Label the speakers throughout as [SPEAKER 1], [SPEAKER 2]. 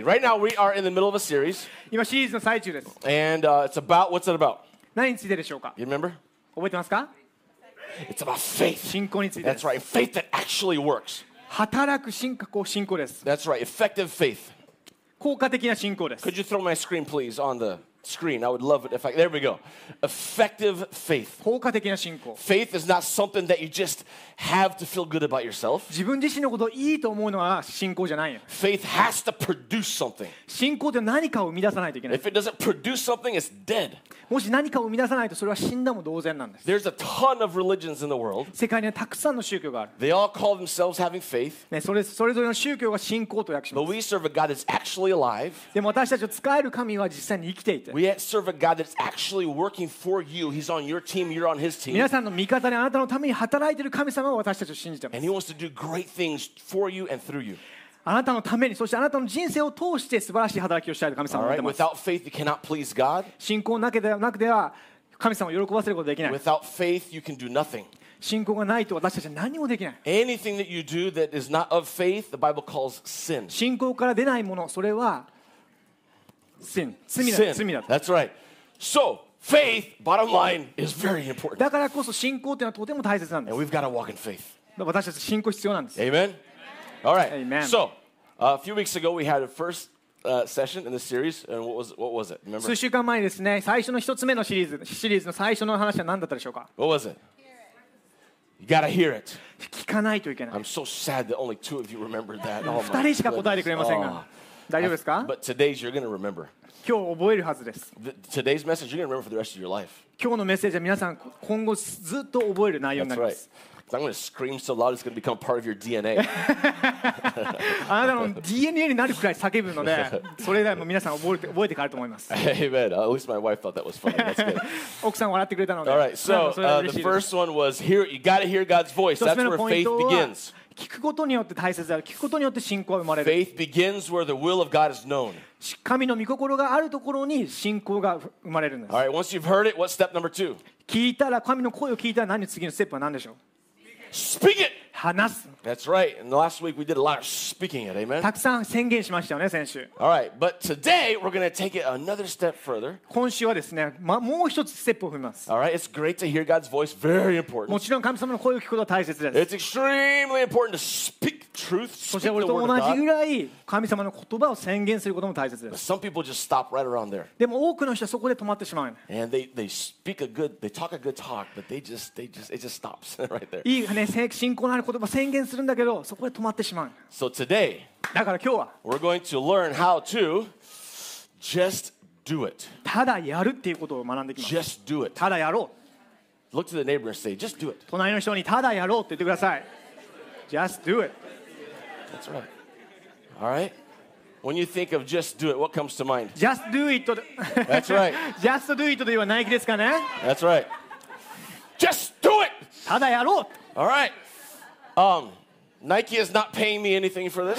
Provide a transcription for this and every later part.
[SPEAKER 1] Right now, we are in the middle of a series,
[SPEAKER 2] 今シリーズの最中です
[SPEAKER 1] and uh, it's about what's it about?
[SPEAKER 2] 何についてでしょうか
[SPEAKER 1] You remember?
[SPEAKER 2] 覚えてますか
[SPEAKER 1] It's about faith.
[SPEAKER 2] 信仰についてです
[SPEAKER 1] That's right, faith that actually works.
[SPEAKER 2] 働く信仰信仰です
[SPEAKER 1] That's right, effective faith.
[SPEAKER 2] 効果的な信仰です
[SPEAKER 1] Could you throw my screen, please, on the screen? I would love it if I. There we go. Effective faith.
[SPEAKER 2] 効果的な信仰
[SPEAKER 1] Faith is not something that you just have to feel good about yourself.
[SPEAKER 2] 自分自身のことをいいと思うのは信仰じゃないよ
[SPEAKER 1] Faith has to produce something.
[SPEAKER 2] 信仰って何かを生み出さないといけない
[SPEAKER 1] If it doesn't produce something, it's dead.
[SPEAKER 2] もし何かを生み出さないとそれは死んだも同然なんです
[SPEAKER 1] There's a ton of religions in the world.
[SPEAKER 2] 世界にはたくさんの宗教がある、
[SPEAKER 1] They all call themselves having faith,
[SPEAKER 2] ね、それそれぞれの宗教が信仰と訳しま
[SPEAKER 1] but
[SPEAKER 2] す
[SPEAKER 1] we serve a God that's actually alive.
[SPEAKER 2] でも私たちを使える神は実際に生きていて
[SPEAKER 1] We serve a God that's actually working for you. He's on your team, you're on his team.
[SPEAKER 2] 皆さんの味方であなたのために働いている神様を私たちを信じてます
[SPEAKER 1] And he wants to do great things for you and through you.
[SPEAKER 2] あなたのためにそしてあなたの人生を通して素晴らしい働きをしたいと神様
[SPEAKER 1] All
[SPEAKER 2] は言って
[SPEAKER 1] right?
[SPEAKER 2] ます
[SPEAKER 1] Without faith, you cannot please God.
[SPEAKER 2] 信仰なけではなくては神様を喜ばせることができない
[SPEAKER 1] Without faith, you can do nothing.
[SPEAKER 2] 信仰がないと私たちは何もできない
[SPEAKER 1] Anything that you do that is not of faith, the Bible calls sin.
[SPEAKER 2] 信仰から出ないものそれはsin 罪だ
[SPEAKER 1] Sin.
[SPEAKER 2] 罪だ
[SPEAKER 1] That's right. So, faith, bottom line, is very important.
[SPEAKER 2] だからこそ信仰というのはとても大切なんで
[SPEAKER 1] And
[SPEAKER 2] す
[SPEAKER 1] we've got to walk in faith.
[SPEAKER 2] 私たち信仰必要なんです
[SPEAKER 1] Amen? All right.
[SPEAKER 2] Amen.
[SPEAKER 1] So, uh, a few weeks ago, we had a first uh, session in this series. And what was, what was it? Remember?
[SPEAKER 2] 数週間前にですね最初の一つ目のシリーズシリーズの最初の話は何だったでしょうか
[SPEAKER 1] What was it? You gotta hear it.
[SPEAKER 2] 聞かないといけない
[SPEAKER 1] I'm so sad that only two of you remembered that. Oh
[SPEAKER 2] 2
[SPEAKER 1] my
[SPEAKER 2] 人しか答えてくれま
[SPEAKER 1] goodness.
[SPEAKER 2] せんが
[SPEAKER 1] Oh.
[SPEAKER 2] 大丈夫ですか
[SPEAKER 1] But today's you're gonna remember.
[SPEAKER 2] 今日覚えるはずです
[SPEAKER 1] Th- today's message you're gonna remember for the rest of your life.
[SPEAKER 2] 今日のメッセージは皆さん今後ずっと覚える内容にな
[SPEAKER 1] That's
[SPEAKER 2] りま
[SPEAKER 1] right.
[SPEAKER 2] す
[SPEAKER 1] I'm gonna scream so loud it's gonna become part of your DNA.
[SPEAKER 2] あなたの DNA になるくらい叫ぶ ので、それ以来も皆さん覚えて覚えて帰ると思います。
[SPEAKER 1] Amen. At least my wife thought that was funny. That's good.
[SPEAKER 2] 奥さん笑ってくれたので、
[SPEAKER 1] All right.
[SPEAKER 2] なん
[SPEAKER 1] So
[SPEAKER 2] かそれは
[SPEAKER 1] uh,
[SPEAKER 2] 嬉し
[SPEAKER 1] the
[SPEAKER 2] いです。
[SPEAKER 1] first one was hear. You gotta hear God's voice.
[SPEAKER 2] 一つ
[SPEAKER 1] That's
[SPEAKER 2] 目の
[SPEAKER 1] where
[SPEAKER 2] ポイン
[SPEAKER 1] faith
[SPEAKER 2] トは
[SPEAKER 1] begins.
[SPEAKER 2] 聞くことによって大切である。聞くことによって信仰は生まれる。
[SPEAKER 1] Faith begins where the will of God is known.
[SPEAKER 2] 神の御心があるところに信仰が生まれるんです
[SPEAKER 1] All。right. Once you've heard it, what's step number two?
[SPEAKER 2] 聞いたら神の声を聞いたら何次のステップは何でしょう。
[SPEAKER 1] Speak it.
[SPEAKER 2] 話す。
[SPEAKER 1] That's right. And last week we did a lot of speaking it. Amen.
[SPEAKER 2] たくさん宣言しましたよね先週。
[SPEAKER 1] All right, but today we're going to take it another step further.
[SPEAKER 2] 今週はですね、ま、もう一つステップを踏みます。
[SPEAKER 1] All right, it's great to hear God's voice, very
[SPEAKER 2] も
[SPEAKER 1] important.
[SPEAKER 2] ちろん神様の声を聞くことは大切で
[SPEAKER 1] It's
[SPEAKER 2] す。
[SPEAKER 1] extremely important to speak truth,
[SPEAKER 2] そ
[SPEAKER 1] speak
[SPEAKER 2] して
[SPEAKER 1] the
[SPEAKER 2] 俺と
[SPEAKER 1] word
[SPEAKER 2] 同
[SPEAKER 1] of
[SPEAKER 2] じぐ
[SPEAKER 1] God.
[SPEAKER 2] らい神様の言葉を宣言することも大切です。
[SPEAKER 1] Some people just stop right around there
[SPEAKER 2] でも多くの人はそこで止まってしまうよね
[SPEAKER 1] and they, they speak a good, they talk a good talk, but they just, they just, it just stops right there.
[SPEAKER 2] いいねせ信仰のある言葉宣言するんだけどそこで止まってしまうよ
[SPEAKER 1] So today
[SPEAKER 2] だから今日は
[SPEAKER 1] we're going to learn how to just do it.
[SPEAKER 2] ただやるっていうことを学んできます
[SPEAKER 1] Just do it.
[SPEAKER 2] ただやろう
[SPEAKER 1] Look to the neighbor and say, just do it.
[SPEAKER 2] 隣の人にただやろうって言ってください Just do it
[SPEAKER 1] That's right. All right? When you think of just do it, what comes to mind?
[SPEAKER 2] Just do it
[SPEAKER 1] That's right.
[SPEAKER 2] Just do it というはナイキですかね
[SPEAKER 1] That's right. Just do it.
[SPEAKER 2] ただやろう
[SPEAKER 1] All right. Um, Nike is not paying me anything for this,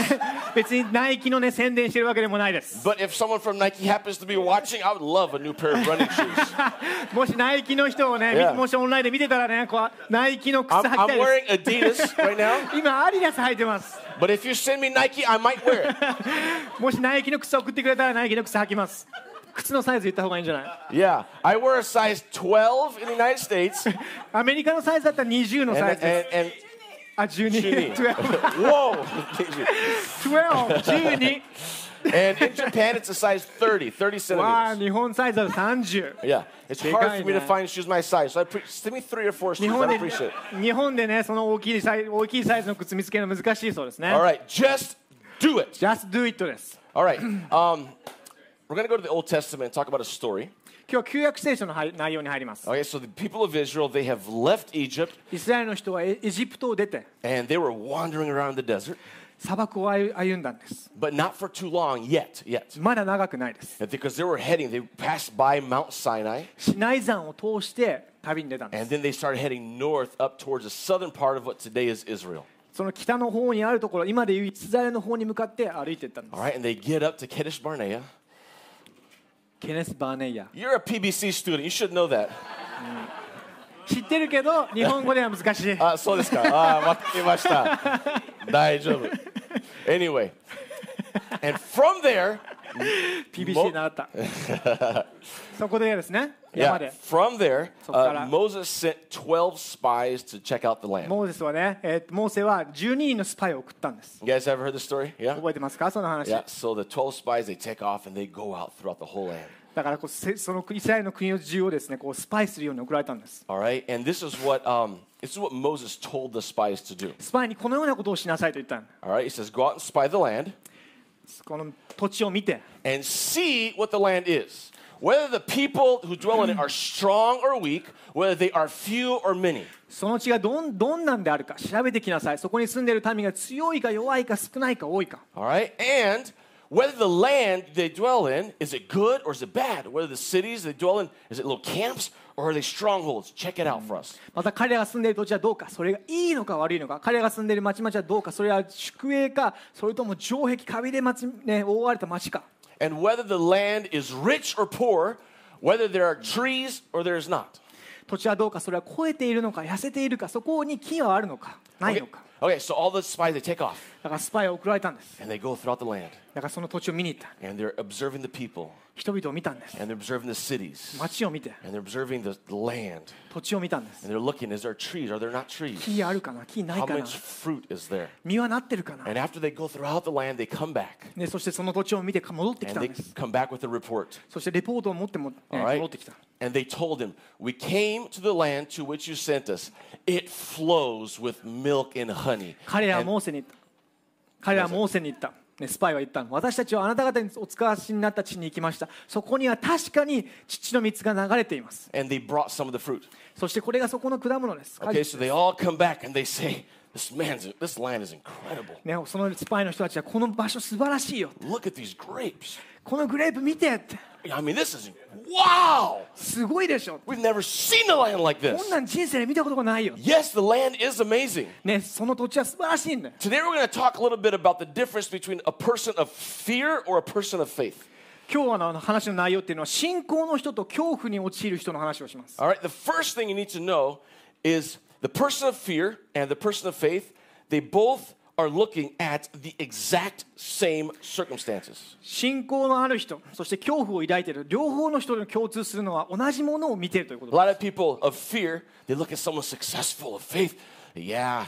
[SPEAKER 2] 別にナイキのね宣伝してるわけでもないです
[SPEAKER 1] but if someone from Nike happens to be watching, I would love a new pair of running shoes.
[SPEAKER 2] もしナイキの人をね、
[SPEAKER 1] Yeah.
[SPEAKER 2] もしオンラインで見てたらねこうナイキの靴履
[SPEAKER 1] I'm,
[SPEAKER 2] きたい
[SPEAKER 1] I'm
[SPEAKER 2] で
[SPEAKER 1] wearing Adidas right now,
[SPEAKER 2] す今アディダス履いてます
[SPEAKER 1] but if you send me Nike, I might wear it.
[SPEAKER 2] もしナイキの靴を送ってくれたらナイキの靴履きます靴のサイズ言った方がいいんじゃない
[SPEAKER 1] Yeah, I wear a size 12 in the United States, and,
[SPEAKER 2] アメリカのサイズだったら20のサイズ
[SPEAKER 1] and,
[SPEAKER 2] です
[SPEAKER 1] and
[SPEAKER 2] あ
[SPEAKER 1] 12.
[SPEAKER 2] 12 12
[SPEAKER 1] whoa,
[SPEAKER 2] 12
[SPEAKER 1] and in Japan it's a size 30, 30
[SPEAKER 2] 12わあ
[SPEAKER 1] centimeters.
[SPEAKER 2] 日本サイズだと30
[SPEAKER 1] Yeah, it's hard for me to
[SPEAKER 2] Dekai, man.
[SPEAKER 1] find shoes my size, so I pre- send me three or four
[SPEAKER 2] 日
[SPEAKER 1] shoes.
[SPEAKER 2] 本
[SPEAKER 1] I
[SPEAKER 2] で
[SPEAKER 1] appreciate it.
[SPEAKER 2] 日本でねその大きいサイ大きいサイズの靴見つけるの難しいそうですね
[SPEAKER 1] All right, just do it.
[SPEAKER 2] Just do it です
[SPEAKER 1] All right. Um, we're going to go to the Old Testament and talk about a story.
[SPEAKER 2] 今日は旧約聖書のはい内容に入ります
[SPEAKER 1] Okay, so the people of Israel, they have left Egypt
[SPEAKER 2] イスラエルの人はエエジプトを出て
[SPEAKER 1] and they were wandering around the desert,
[SPEAKER 2] 砂漠を歩歩んだんです
[SPEAKER 1] but not for too long yet, yet.
[SPEAKER 2] まだ長くないです
[SPEAKER 1] Because they were heading, they passed by Mount Sinai
[SPEAKER 2] シナイ山を通して旅に出たんです
[SPEAKER 1] and then they started heading north up towards the southern part of what today is Israel.
[SPEAKER 2] その北の方にあるところ今でいうイスラエルの方に向かって歩いていったんです
[SPEAKER 1] All right, and they get up to Kadesh Barnea.
[SPEAKER 2] ケネス・バーネイヤ
[SPEAKER 1] You're a PBC student, you should know that.
[SPEAKER 2] 知ってるけど日本語では難しい
[SPEAKER 1] Ah, so this guy. Ah, 待ってました。大丈夫。Anyway, And from there,
[SPEAKER 2] PBC 習ったそこでですね山
[SPEAKER 1] yeah,
[SPEAKER 2] で
[SPEAKER 1] from there, uh,
[SPEAKER 2] そっから。
[SPEAKER 1] Moses sent 12 spies to check out the land.
[SPEAKER 2] モーセスはね、えーとモーセは12人のスパイを送ったんです
[SPEAKER 1] You guys ever heard the story? Yeah?
[SPEAKER 2] 覚えてますかその話
[SPEAKER 1] Yeah, so the 12 spies, they take off and they go out throughout the whole land.
[SPEAKER 2] だからこうせそのイスラエルの国中をですねこうスパイするように送られたんです
[SPEAKER 1] All right? And this is what, um, this is what Moses told the spies to do.
[SPEAKER 2] スパイにこのようなことをしなさいと言ったん
[SPEAKER 1] All right? He says, go out and spy the land
[SPEAKER 2] この土地を見て
[SPEAKER 1] and see what the land is. Whether the people who dwell in it are strong or weak, whether they are few or many.
[SPEAKER 2] その地がどんどんなんであるか調べてきなさいそこに住んでいる民が強いか弱いか少ないか多いか
[SPEAKER 1] All right? And whether the land they dwell in, is it good or is it bad? Whether the cities they dwell in, is it little camps or are they strongholds? Check it out for us.
[SPEAKER 2] また彼らが住んでいる土地はどうかそれがいいのか悪いのか彼らが住んでいる町々はどうかそれは宿営かそれとも城壁壁で町、ね、覆われた町か
[SPEAKER 1] And whether the land is rich or poor, whether there are trees or there is not.
[SPEAKER 2] 土地はどうかそれは肥えているのか痩せているかそこに木はあるのかないの
[SPEAKER 1] Okay.
[SPEAKER 2] か
[SPEAKER 1] okay, so all the spies they take off
[SPEAKER 2] だからスパイは送られたんです
[SPEAKER 1] and they go throughout the land
[SPEAKER 2] だからその土地を見に行った
[SPEAKER 1] and they're observing the people
[SPEAKER 2] 人々を見たんです
[SPEAKER 1] and they're observing the cities
[SPEAKER 2] 町を見て
[SPEAKER 1] and they're observing the the land
[SPEAKER 2] 土地を見たんです
[SPEAKER 1] and they're looking is there trees are there not trees
[SPEAKER 2] 木あるかな木ない
[SPEAKER 1] how
[SPEAKER 2] かな
[SPEAKER 1] much fruit is there
[SPEAKER 2] 実はなってるかな
[SPEAKER 1] and after they go throughout the land they come back
[SPEAKER 2] ね、そしてその土地を見て戻ってき
[SPEAKER 1] and
[SPEAKER 2] たん
[SPEAKER 1] they
[SPEAKER 2] です
[SPEAKER 1] come back with a report
[SPEAKER 2] そしてレポートを持っても、ね
[SPEAKER 1] all right
[SPEAKER 2] 戻ってきた
[SPEAKER 1] and they told him we came to the land to which you sent us it flows with milk and honey
[SPEAKER 2] 彼らは
[SPEAKER 1] And-
[SPEAKER 2] モーセに言った彼らはモーセに言った、ね、スパイは言った私たちはあなた方にお使わしになった地に行きましたそこには確かに父の蜜が流れています
[SPEAKER 1] and they brought some of the fruit
[SPEAKER 2] そしてこれがそこの果物です、果
[SPEAKER 1] okay
[SPEAKER 2] 実
[SPEAKER 1] so they all come back and they say this man's this land is incredible
[SPEAKER 2] ね、そのスパイの人たちはこの場所素晴らしいよ
[SPEAKER 1] look at these grapes
[SPEAKER 2] このグレープ見てって
[SPEAKER 1] I mean, this is wow.
[SPEAKER 2] すごいでしょ
[SPEAKER 1] We've never seen a land like
[SPEAKER 2] こん
[SPEAKER 1] this.
[SPEAKER 2] なん人生で見たことがないよ、
[SPEAKER 1] Yes, the land is amazing.
[SPEAKER 2] ね、その土地は素晴らしいんだよ
[SPEAKER 1] Today, we're going to talk a little bit about the difference between a person of fear or a person of faith.
[SPEAKER 2] 今日はあの話の内容っていうのは信仰の人と恐怖に陥る人の話をします
[SPEAKER 1] All right, the first thing you need to know is the person of fear and the person of faith, they both are looking at the exact same circumstances.
[SPEAKER 2] 信仰のある人そして恐怖を抱いている両方の人に共通するのは同じものを見ているということ
[SPEAKER 1] A lot
[SPEAKER 2] です
[SPEAKER 1] of people of fear, they look at someone successful of faith. Yeah,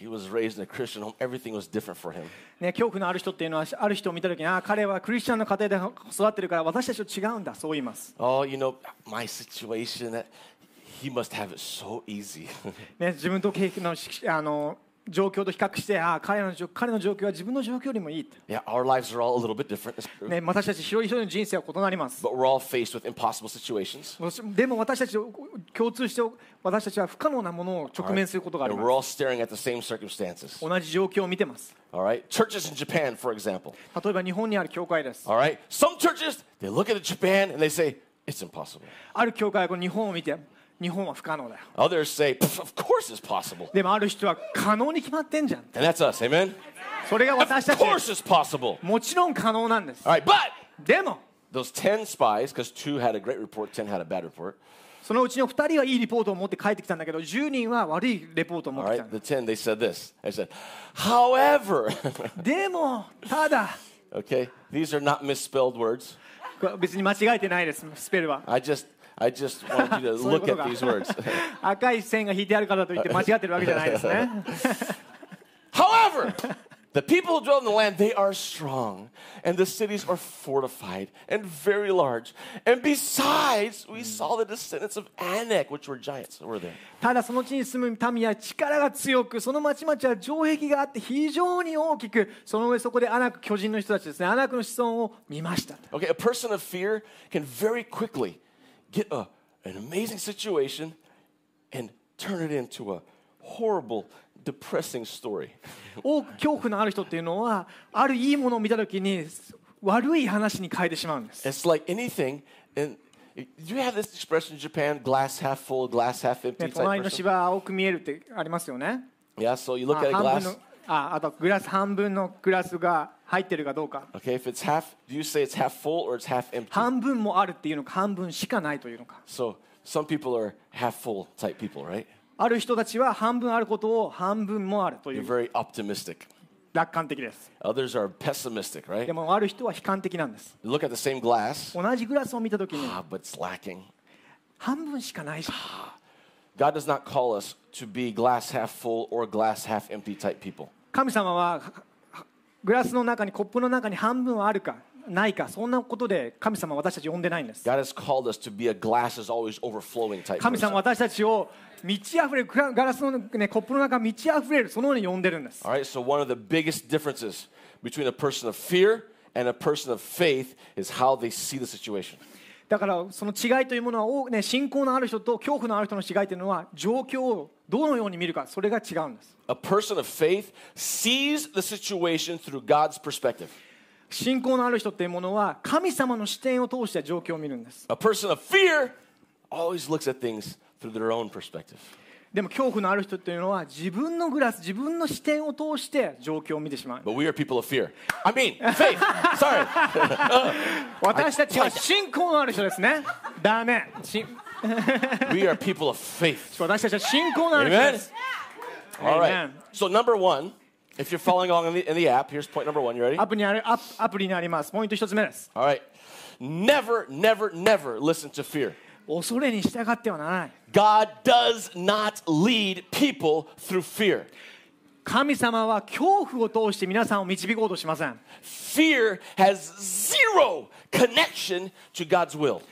[SPEAKER 1] he was raised in a Christian home, everything was different for him.
[SPEAKER 2] ね、恐怖のある人っていうのはある人を見た時にああ彼はクリスチャンの家庭で育ってるから私たちと違うんだそう言います
[SPEAKER 1] Oh, you know, my situation, that- he must have it so easy.
[SPEAKER 2] ね自分と経験のしあの状況と比較してああ彼の状彼の状況は自分の状況よりもいいって
[SPEAKER 1] yeah, our lives are all a little bit different, it's true,
[SPEAKER 2] ね私たち一人一人の人生は異なります
[SPEAKER 1] but we're all faced with impossible situations.
[SPEAKER 2] でも私たちを共通して私たちは不可能なものを直
[SPEAKER 1] All
[SPEAKER 2] 面
[SPEAKER 1] right?
[SPEAKER 2] することがあり
[SPEAKER 1] And
[SPEAKER 2] ま
[SPEAKER 1] we're
[SPEAKER 2] す
[SPEAKER 1] all staring at the same circumstances.
[SPEAKER 2] 同じ状況を見てます
[SPEAKER 1] All right, churches in Japan, for example.
[SPEAKER 2] 例えば日本にある教会です
[SPEAKER 1] All right, some churches they look at Japan and they say it's impossible.
[SPEAKER 2] ある教会はこの日本を見て日本は不可能だよ
[SPEAKER 1] Others say, "Pff, of course it's possible,
[SPEAKER 2] でもある人は可能に決まってんじゃん
[SPEAKER 1] and that's us. Amen.
[SPEAKER 2] それが私
[SPEAKER 1] Of
[SPEAKER 2] たち
[SPEAKER 1] course it's possible.
[SPEAKER 2] もちろん可能なんです
[SPEAKER 1] All right, but
[SPEAKER 2] でも
[SPEAKER 1] those ten spies, because two had a great report, ten had a bad report.
[SPEAKER 2] そのうちの2人はいいリポートを持って帰ってきたんだけど10人は悪いレポートを持
[SPEAKER 1] All
[SPEAKER 2] ってきた
[SPEAKER 1] right,
[SPEAKER 2] ん
[SPEAKER 1] the ten they
[SPEAKER 2] だ
[SPEAKER 1] said this. They said, however.
[SPEAKER 2] でもただ
[SPEAKER 1] Okay, these are not misspelled words.
[SPEAKER 2] これ別に間違えてないですスペルは
[SPEAKER 1] I just, I just wanted you to
[SPEAKER 2] そういう
[SPEAKER 1] look
[SPEAKER 2] こと
[SPEAKER 1] at
[SPEAKER 2] が
[SPEAKER 1] these words.
[SPEAKER 2] 赤い線が引いてあるからといって間違ってるわけじゃないですね
[SPEAKER 1] However, the people who dwell in the land they are strong, and the cities are fortified and very large. And besides, we saw the descendants of Anak, which were giants, were there.
[SPEAKER 2] ただその地に住む民は力が強くその町々は城壁があって非常に大きくその上そこでアナク巨人の人たちですねアナクの子孫を見ました
[SPEAKER 1] Okay, a person of fear can very quickly get a, an amazing situation and turn it into a horrible, depressing story.
[SPEAKER 2] お恐怖のある人っていうのはあるいいものを見た時に悪い話に変えてしまうんです
[SPEAKER 1] It's like anything, and you have this expression in Japan: glass half full, glass half empty. type
[SPEAKER 2] ね隣の
[SPEAKER 1] person.
[SPEAKER 2] 芝は青く見えるってありますよね
[SPEAKER 1] Yeah, so you look
[SPEAKER 2] あ
[SPEAKER 1] at a
[SPEAKER 2] 半分
[SPEAKER 1] glass.
[SPEAKER 2] のああとグラス半分のグラスが入ってるかどうか
[SPEAKER 1] Okay, if it's half, do you say it's half full or it's half empty?
[SPEAKER 2] 半分もあるっていうのか半分しかないというのか
[SPEAKER 1] So some people are half full type people, right?
[SPEAKER 2] ある人たちは半分あることを半分もあるとい
[SPEAKER 1] You're
[SPEAKER 2] う
[SPEAKER 1] very optimistic.
[SPEAKER 2] 楽観的です
[SPEAKER 1] Others are pessimistic,
[SPEAKER 2] で
[SPEAKER 1] right?
[SPEAKER 2] もある人は悲観的なんです
[SPEAKER 1] Look at the same glass.
[SPEAKER 2] 同じグラスを見た時に
[SPEAKER 1] Ah, but it's lacking.
[SPEAKER 2] 半分しかないじゃん
[SPEAKER 1] God does not call us to be glass half full or glass half empty type people.
[SPEAKER 2] 神様ははグラスの中にコップの中に半分はあるかないかそんなことで神様は私たちを呼んでないんです
[SPEAKER 1] God has called us to be a glass is always overflowing type
[SPEAKER 2] 神
[SPEAKER 1] person.
[SPEAKER 2] 様は私たちを満ち溢れるガガラスの、ね、コップの中満ち溢れるそのように呼んでるんです
[SPEAKER 1] All right, so one of the biggest differences between a person of fear and a person of faith is how they see the situation.
[SPEAKER 2] だからその違いというものはお、ね、信仰のある人と恐怖のある人の違いというのは状況をどのように見るかそれが違うんです
[SPEAKER 1] A person of faith sees the situation through God's perspective.
[SPEAKER 2] 信仰のある人というものは神様の視点を通して状況を見るんです
[SPEAKER 1] A person of fear always looks at things through their own perspective.
[SPEAKER 2] でも恐怖のある人というのは自分のグラス自分の視点を通して状況を見てしまう
[SPEAKER 1] But we are people of fear. I mean, faith. Sorry.
[SPEAKER 2] 私たちは信仰のある人ですねダメし
[SPEAKER 1] We are people of faith.
[SPEAKER 2] 私たちは信仰のある人
[SPEAKER 1] Amen.
[SPEAKER 2] です
[SPEAKER 1] All right.
[SPEAKER 2] Amen.
[SPEAKER 1] So, number one, if you're following along in the, in the app, here's point number one. You ready?
[SPEAKER 2] アプリにあるアプアプリにありますポイント一つ目です
[SPEAKER 1] All right. Never, never, never listen to fear.
[SPEAKER 2] 恐れに従ってはならない
[SPEAKER 1] God does not lead people through fear.
[SPEAKER 2] 神様は恐怖を通して皆さんを導こうとしません
[SPEAKER 1] Fear has zero connection to God's will.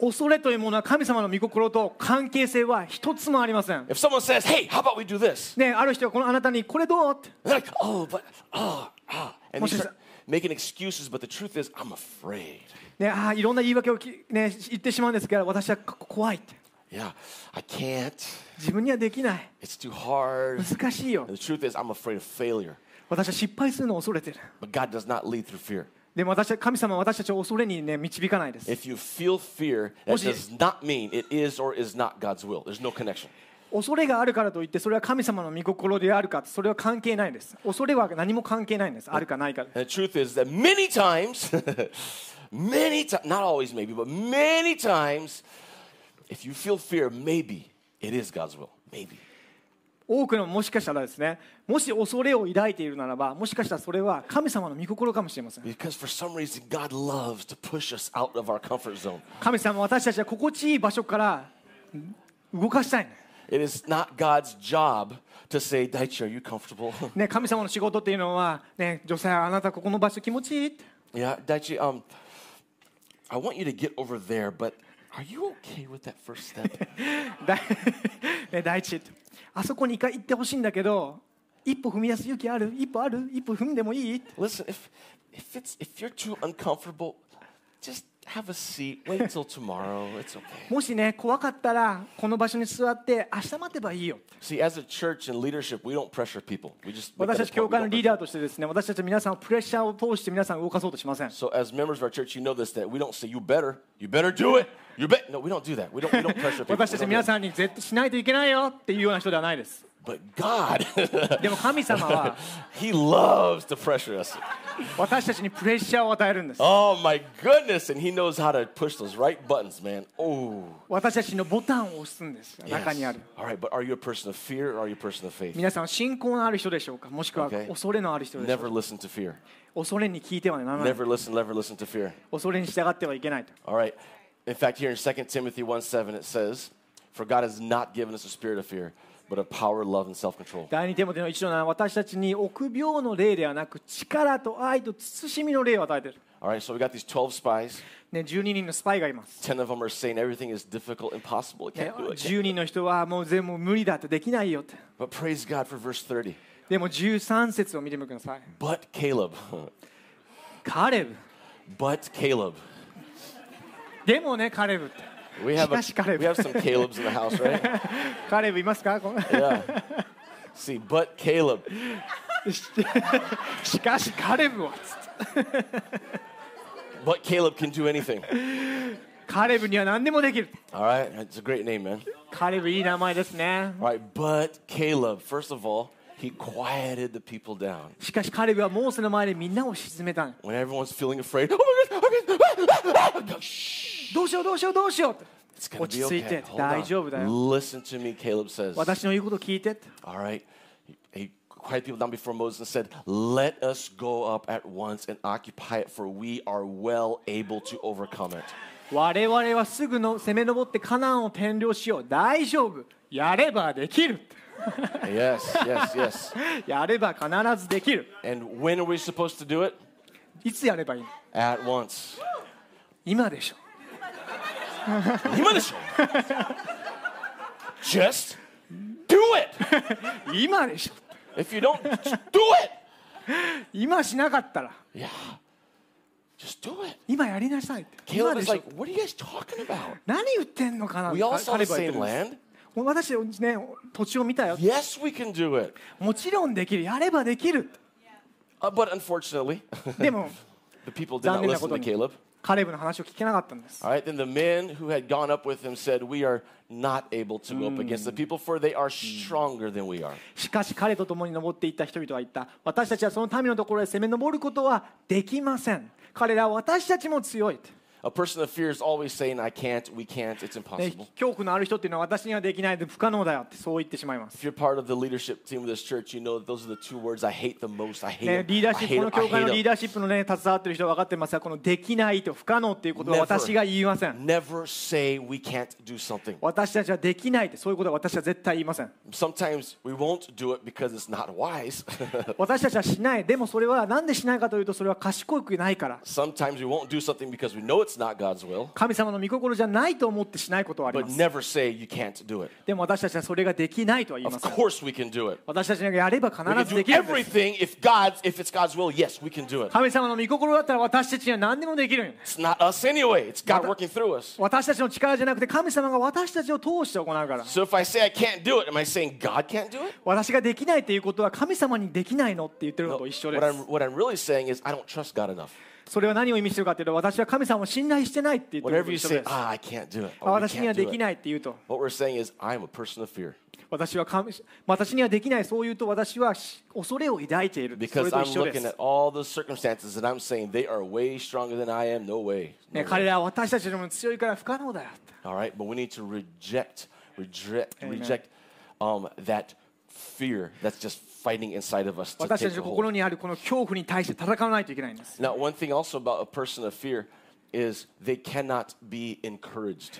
[SPEAKER 2] 恐れというものは神様の御心と関係性は一つもありません
[SPEAKER 1] If someone says, "Hey, how about we do this?"
[SPEAKER 2] ねえある人はこのあなたにこれどうって
[SPEAKER 1] They're like, "Oh, but oh, ah," and they
[SPEAKER 2] What's this-
[SPEAKER 1] start making excuses. But the truth is, I'm afraid.
[SPEAKER 2] ねえああいろんな言い訳をき、ね、言ってしまうんですけど私はこ怖いって
[SPEAKER 1] Yeah, I can't.
[SPEAKER 2] 自分にはできない
[SPEAKER 1] It's too hard. And
[SPEAKER 2] 難しいよ
[SPEAKER 1] the truth is, I'm afraid of failure.
[SPEAKER 2] 私は失敗するのを恐れてる
[SPEAKER 1] But God does not lead through fear.
[SPEAKER 2] でも私は神様は私たちを恐れに、ね、導かないです
[SPEAKER 1] If you feel fear, that
[SPEAKER 2] What's it-
[SPEAKER 1] does not mean it is or is not God's will. There's no connection.
[SPEAKER 2] 恐れがあるからといってそれは神様の御心であるかそれは関係ないんです恐れは何も関係ないんですあるかないか
[SPEAKER 1] And the truth is that many times, many times, not always maybe, but many times, if you feel fear, maybe it is God's will. Maybe.
[SPEAKER 2] 多くのもしかしたらですねもし恐れを抱いているならばもしかしたらそれは神様の御心かもしれません
[SPEAKER 1] Because for some reason, God loves to push us out of our comfort zone.
[SPEAKER 2] 神様は私たちは心地いい場所からん動かしたいね
[SPEAKER 1] It is not God's job to say, Daichi, are you comfortable?
[SPEAKER 2] ね神様の仕事っていうのは、ね、女性あなたここの場所気持ちいいって
[SPEAKER 1] yeah, Daichi, um, I want you to get over there, but are you okay with that first step?
[SPEAKER 2] だ ね、第一あそこに一回行ってほしいんだけど一歩踏み出す勇気ある一歩ある一歩踏んでもいい
[SPEAKER 1] Listen, if if it's if you're too uncomfortable, just have a seat. Wait till tomorrow. It's okay.
[SPEAKER 2] もしね怖かったらこの場所に座って明日待てばいいよ
[SPEAKER 1] See, as a church and leadership, we don't pressure people. We just make that a
[SPEAKER 2] 私た
[SPEAKER 1] point.
[SPEAKER 2] ち教
[SPEAKER 1] We
[SPEAKER 2] 会
[SPEAKER 1] don't
[SPEAKER 2] のリ
[SPEAKER 1] pressure.
[SPEAKER 2] ーダーとしてですね私たち皆さんをプレッシャーを通して皆さんを動かそうとしません
[SPEAKER 1] So as members of our church, you know this that we don't say you better, you better do it. You bet. No, we don't do that. We don't. We don't pressure people. We
[SPEAKER 2] 私たち
[SPEAKER 1] don't
[SPEAKER 2] 皆
[SPEAKER 1] do that.
[SPEAKER 2] さんに絶対しないといけないよっていうような人ではないです
[SPEAKER 1] But God,
[SPEAKER 2] でも神様 は
[SPEAKER 1] He loves to pressure us.
[SPEAKER 2] 私たちにプレッシャーを与えるんです
[SPEAKER 1] Oh my goodness! And He knows how to push those right buttons, man. Oh.
[SPEAKER 2] 私たちのボタンを押すんです中にあ
[SPEAKER 1] Yes.
[SPEAKER 2] る
[SPEAKER 1] All right, but are you a person of fear or are you a person of faith?
[SPEAKER 2] 皆さんは信仰のある人でしょうかもしくは
[SPEAKER 1] Okay.
[SPEAKER 2] 恐れのある人でしょうか
[SPEAKER 1] Never listen to fear.
[SPEAKER 2] 恐れに聞いてはならない
[SPEAKER 1] Never listen. Never listen to fear.
[SPEAKER 2] 恐れに従ってはいけないと
[SPEAKER 1] All right. In fact, here in 2 Timothy 1 7, it says, For God has not given us a spirit of fear, but of power, love, and self control.
[SPEAKER 2] 第二手モての一のは私たちに臆病の霊ではなく力と愛と慎みの霊を与えている
[SPEAKER 1] All right, so we got these 12 spies.
[SPEAKER 2] ね、12人のスパイがいます。
[SPEAKER 1] 10 of them are saying everything is difficult, impossible. I
[SPEAKER 2] ね
[SPEAKER 1] can't do it. I can't
[SPEAKER 2] 10人の人はもう全部無理だってできないよって。
[SPEAKER 1] But praise God for verse 30.
[SPEAKER 2] でも13節を見てみてください。
[SPEAKER 1] But Caleb.
[SPEAKER 2] カレブ。
[SPEAKER 1] but Caleb.
[SPEAKER 2] でもね、カレブって。
[SPEAKER 1] We have,
[SPEAKER 2] Smash Caleb.
[SPEAKER 1] a, we have some Calebs in the house, right?
[SPEAKER 2] カレブいますかこ の
[SPEAKER 1] Yeah. See, but Caleb.
[SPEAKER 2] ししかしカレブはつって
[SPEAKER 1] But Caleb can do anything.
[SPEAKER 2] カレブには何でもできる。
[SPEAKER 1] All right, it's a great name, man.
[SPEAKER 2] カレブいい名前ですね。
[SPEAKER 1] All right, but Caleb, first of all, he quieted the people down.
[SPEAKER 2] しかしカレブはモーセの前でみんなを沈めたの。
[SPEAKER 1] when everyone's feeling afraid, oh my God, oh my God, ah, ah, ah," go, shh,
[SPEAKER 2] どうしようどうしようどうしようって
[SPEAKER 1] it's gonna
[SPEAKER 2] 落
[SPEAKER 1] be
[SPEAKER 2] ち着いて
[SPEAKER 1] okay.
[SPEAKER 2] 大丈夫
[SPEAKER 1] Hold
[SPEAKER 2] だ
[SPEAKER 1] on.
[SPEAKER 2] よ。
[SPEAKER 1] Listen to me, Caleb says.
[SPEAKER 2] 私の言うこと聞いてって。
[SPEAKER 1] All right, he, he quiet people down before Moses and said, Let us go up at once and occupy it, for we are well able to overcome it.
[SPEAKER 2] 我々はすぐの攻め上ってカナンを占領しよう大丈夫やればできる
[SPEAKER 1] Yes, yes, yes.
[SPEAKER 2] やれば必ずできる
[SPEAKER 1] And when are we supposed to do it?
[SPEAKER 2] いつやればいいの
[SPEAKER 1] At once.
[SPEAKER 2] 今でしょ
[SPEAKER 1] 今でしょ? Just do it.
[SPEAKER 2] 今でしょ
[SPEAKER 1] If you don't, just do it.
[SPEAKER 2] 今しなかったら
[SPEAKER 1] Yeah. Just do it.
[SPEAKER 2] 今やりなさいって今
[SPEAKER 1] Caleb
[SPEAKER 2] で
[SPEAKER 1] is
[SPEAKER 2] しょ
[SPEAKER 1] like, what are you guys talking about?
[SPEAKER 2] 何言ってんのかな
[SPEAKER 1] We all saw
[SPEAKER 2] 彼
[SPEAKER 1] the
[SPEAKER 2] は言
[SPEAKER 1] same
[SPEAKER 2] ってるんです
[SPEAKER 1] land.
[SPEAKER 2] 私ね土地を見たよ
[SPEAKER 1] Yes, we can do it.
[SPEAKER 2] もちろんできるやればできる
[SPEAKER 1] Uh, but unfortunately,
[SPEAKER 2] でも
[SPEAKER 1] the people did not listen to
[SPEAKER 2] 残念なことに。
[SPEAKER 1] Caleb.
[SPEAKER 2] カレブの話を聞けなかったんです
[SPEAKER 1] All right, then the men who had gone up with him said, We are not able to go up against the people, for they are stronger than we are.
[SPEAKER 2] しかし彼と共に登っていった人々は言った私たちはその民のところへ攻め上ることはできません彼らは私たちも強い
[SPEAKER 1] A person of fear is always saying, I can't, we can't, it's
[SPEAKER 2] で
[SPEAKER 1] impossible.
[SPEAKER 2] 恐怖のある人っていうのは私にはできないで不可能だよってそう言ってしまいます
[SPEAKER 1] If you're part of the leadership team of this church, you know that those are the two words I hate the most. I hate
[SPEAKER 2] ね、
[SPEAKER 1] them.
[SPEAKER 2] リーダ
[SPEAKER 1] I
[SPEAKER 2] ーシッ
[SPEAKER 1] hate
[SPEAKER 2] プこ
[SPEAKER 1] them.
[SPEAKER 2] の
[SPEAKER 1] I
[SPEAKER 2] 教会のリー
[SPEAKER 1] hate
[SPEAKER 2] ダーシップのね携わってる人は分かってますがこの「できない」と「不可能」っていうことは
[SPEAKER 1] Never.
[SPEAKER 2] 私が言いません
[SPEAKER 1] them. Never say we can't do something.
[SPEAKER 2] 私たちはできないってそういうことは私は絶対言いません
[SPEAKER 1] Sometimes we won't do it because it's not wise.
[SPEAKER 2] 私たちはしないでもそれはなんでしないかというとそれは賢くないから
[SPEAKER 1] Sometimes we won't do something because we know it's not God's will.
[SPEAKER 2] 神様の御心じゃないと思ってしないことはあり
[SPEAKER 1] But
[SPEAKER 2] ます
[SPEAKER 1] never say you can't do it.
[SPEAKER 2] でも私たちはそれができないとは言いま
[SPEAKER 1] Of
[SPEAKER 2] せん
[SPEAKER 1] course we can do it.
[SPEAKER 2] 私たちがやれば
[SPEAKER 1] We
[SPEAKER 2] 必ず
[SPEAKER 1] can
[SPEAKER 2] で
[SPEAKER 1] do
[SPEAKER 2] きるんです
[SPEAKER 1] everything if God's if it's God's will. Yes, we can do it.
[SPEAKER 2] 神様の御心だったら私たちには何でもできるんよ
[SPEAKER 1] It's not us anyway. It's God working through us.
[SPEAKER 2] 私たちの力じゃなくて神様が私たちを通して行うから
[SPEAKER 1] So if I say I can't do it, am I saying God can't do it?
[SPEAKER 2] 私ができないっていうことは神様にできないのって言ってるのと一緒で
[SPEAKER 1] What I'm
[SPEAKER 2] す
[SPEAKER 1] what I'm really saying is I don't trust God enough.
[SPEAKER 2] それは何を意味してるかというと私は神様を信頼してないって言ってるの
[SPEAKER 1] Whatever
[SPEAKER 2] と
[SPEAKER 1] you
[SPEAKER 2] 一緒で
[SPEAKER 1] say,
[SPEAKER 2] す
[SPEAKER 1] ah, I can't do it.
[SPEAKER 2] あ
[SPEAKER 1] or, we
[SPEAKER 2] 私には
[SPEAKER 1] can't
[SPEAKER 2] で
[SPEAKER 1] do
[SPEAKER 2] き
[SPEAKER 1] it.
[SPEAKER 2] ないって言うと
[SPEAKER 1] What we're saying is I'm a person of fear
[SPEAKER 2] 私は神私にはできないそう言うと私はし恐れを抱いているそれ
[SPEAKER 1] because
[SPEAKER 2] と
[SPEAKER 1] I'm
[SPEAKER 2] 一緒で
[SPEAKER 1] looking
[SPEAKER 2] す
[SPEAKER 1] at、all the circumstances and I'm saying they are way stronger than I am. No way. No
[SPEAKER 2] ね、
[SPEAKER 1] way.
[SPEAKER 2] 彼らは私たちよりも強いから不可能だよって
[SPEAKER 1] All right, but we need to reject, reject,
[SPEAKER 2] Amen.
[SPEAKER 1] reject um, that fear that's just fighting inside of us to
[SPEAKER 2] 私た
[SPEAKER 1] take
[SPEAKER 2] ち
[SPEAKER 1] hold.
[SPEAKER 2] の心にあるこの恐怖に対して戦わないといけないんです
[SPEAKER 1] Now, one thing also about a person of fear is they cannot be encouraged.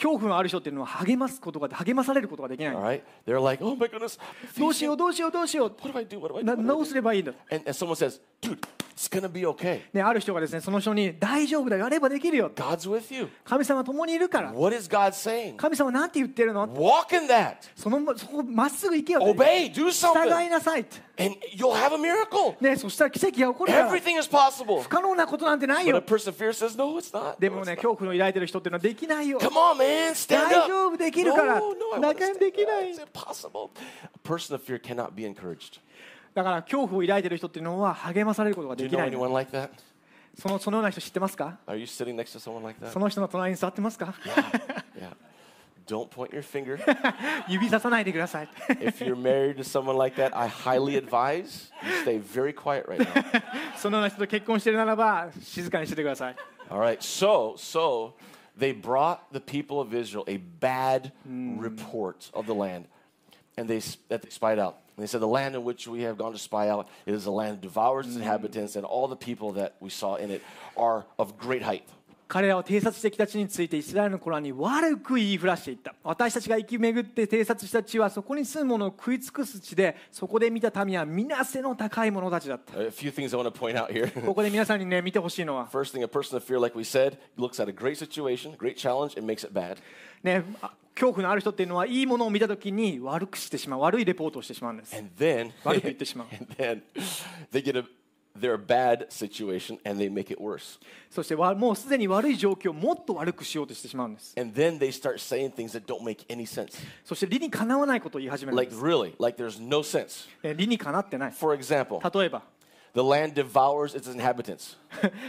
[SPEAKER 2] 恐怖のある人っていうのは励ますことが励まされることができない
[SPEAKER 1] All right, they're like, "Oh my goodness,
[SPEAKER 2] どうしよう
[SPEAKER 1] what
[SPEAKER 2] どうしようどうしよう
[SPEAKER 1] do I do? What do I do?"
[SPEAKER 2] な
[SPEAKER 1] What do I
[SPEAKER 2] ど
[SPEAKER 1] do?"
[SPEAKER 2] うすればいいんだ、
[SPEAKER 1] And, and someone says, "Dude, it's gonna be okay.
[SPEAKER 2] ね、ある人がですねその人に「大丈夫だよやればできるよ」
[SPEAKER 1] God's with you.
[SPEAKER 2] 神様共にいるから」
[SPEAKER 1] What is God saying?
[SPEAKER 2] 神様なんて言ってるの
[SPEAKER 1] Walk in that.
[SPEAKER 2] そのまそこまっすぐ行けよ
[SPEAKER 1] Obey. Do
[SPEAKER 2] 従い
[SPEAKER 1] something,
[SPEAKER 2] なさいって、
[SPEAKER 1] and you'll have a miracle.
[SPEAKER 2] ね、そしたら奇跡が起こるから不
[SPEAKER 1] Everything is possible."
[SPEAKER 2] 可能なことなんてない
[SPEAKER 1] But a
[SPEAKER 2] よ
[SPEAKER 1] person of fear says, "No, it's not.
[SPEAKER 2] で
[SPEAKER 1] No,
[SPEAKER 2] も
[SPEAKER 1] it's
[SPEAKER 2] ね
[SPEAKER 1] not.
[SPEAKER 2] 恐怖の抱いてる人っていうのはできないよ
[SPEAKER 1] Come on, man, stand
[SPEAKER 2] 大
[SPEAKER 1] up.
[SPEAKER 2] 丈夫できるか
[SPEAKER 1] No,
[SPEAKER 2] ら
[SPEAKER 1] no, I
[SPEAKER 2] な
[SPEAKER 1] wanna
[SPEAKER 2] か
[SPEAKER 1] stand
[SPEAKER 2] できな
[SPEAKER 1] up.
[SPEAKER 2] い
[SPEAKER 1] It's impossible. A person of fear cannot be encouraged.
[SPEAKER 2] だから恐怖を抱いてる人っていうのは励まされることが
[SPEAKER 1] Do
[SPEAKER 2] で
[SPEAKER 1] you
[SPEAKER 2] き
[SPEAKER 1] know
[SPEAKER 2] ないの
[SPEAKER 1] anyone like that?
[SPEAKER 2] そのそのような人知ってますか
[SPEAKER 1] Are you sitting next to someone like that?
[SPEAKER 2] その人の隣に座ってますか
[SPEAKER 1] Yeah. Don't point your finger.
[SPEAKER 2] 指ささないでください
[SPEAKER 1] if you're married to someone like that, I highly advise you stay very quiet right now.
[SPEAKER 2] そのような人と結婚してるならば静かにしててください
[SPEAKER 1] All right. So, so they brought the people of Israel a bad report of the land, and they s- that they spied out. And they said, "The land in which we have gone to spy out is a land that devours its inhabitants, and all the people that we saw in it are of great height."
[SPEAKER 2] 彼らは偵察してきた地についてイスラエルの子らに悪く言いふらしていった私たちが行き巡って偵察した地はそこに住む者を食い尽くす地でそこで見た民は皆背の高い者たちだったこ
[SPEAKER 1] A few things I want to point out here.
[SPEAKER 2] こで皆さんにね見てほしいのは
[SPEAKER 1] First thing, a person of fear, like we said, looks at a great situation, great challenge, and makes it bad.
[SPEAKER 2] ねあ恐怖のある人っていうのはいいものを見た時に悪くしてしまう悪いレポートをしてしまうんです
[SPEAKER 1] And then,
[SPEAKER 2] 悪く言ってしまう
[SPEAKER 1] and then they get a their bad situation and they make it worse.
[SPEAKER 2] そしてわもうすでに悪い状況をもっと悪くしようとしてしまうんです
[SPEAKER 1] And then they start saying things that don't make any sense.
[SPEAKER 2] そして理にかなわないことを言い始めるん
[SPEAKER 1] Like
[SPEAKER 2] です、
[SPEAKER 1] really, like there's no sense.
[SPEAKER 2] ね理にかなってない
[SPEAKER 1] For example,
[SPEAKER 2] 例えば
[SPEAKER 1] the land devours its inhabitants.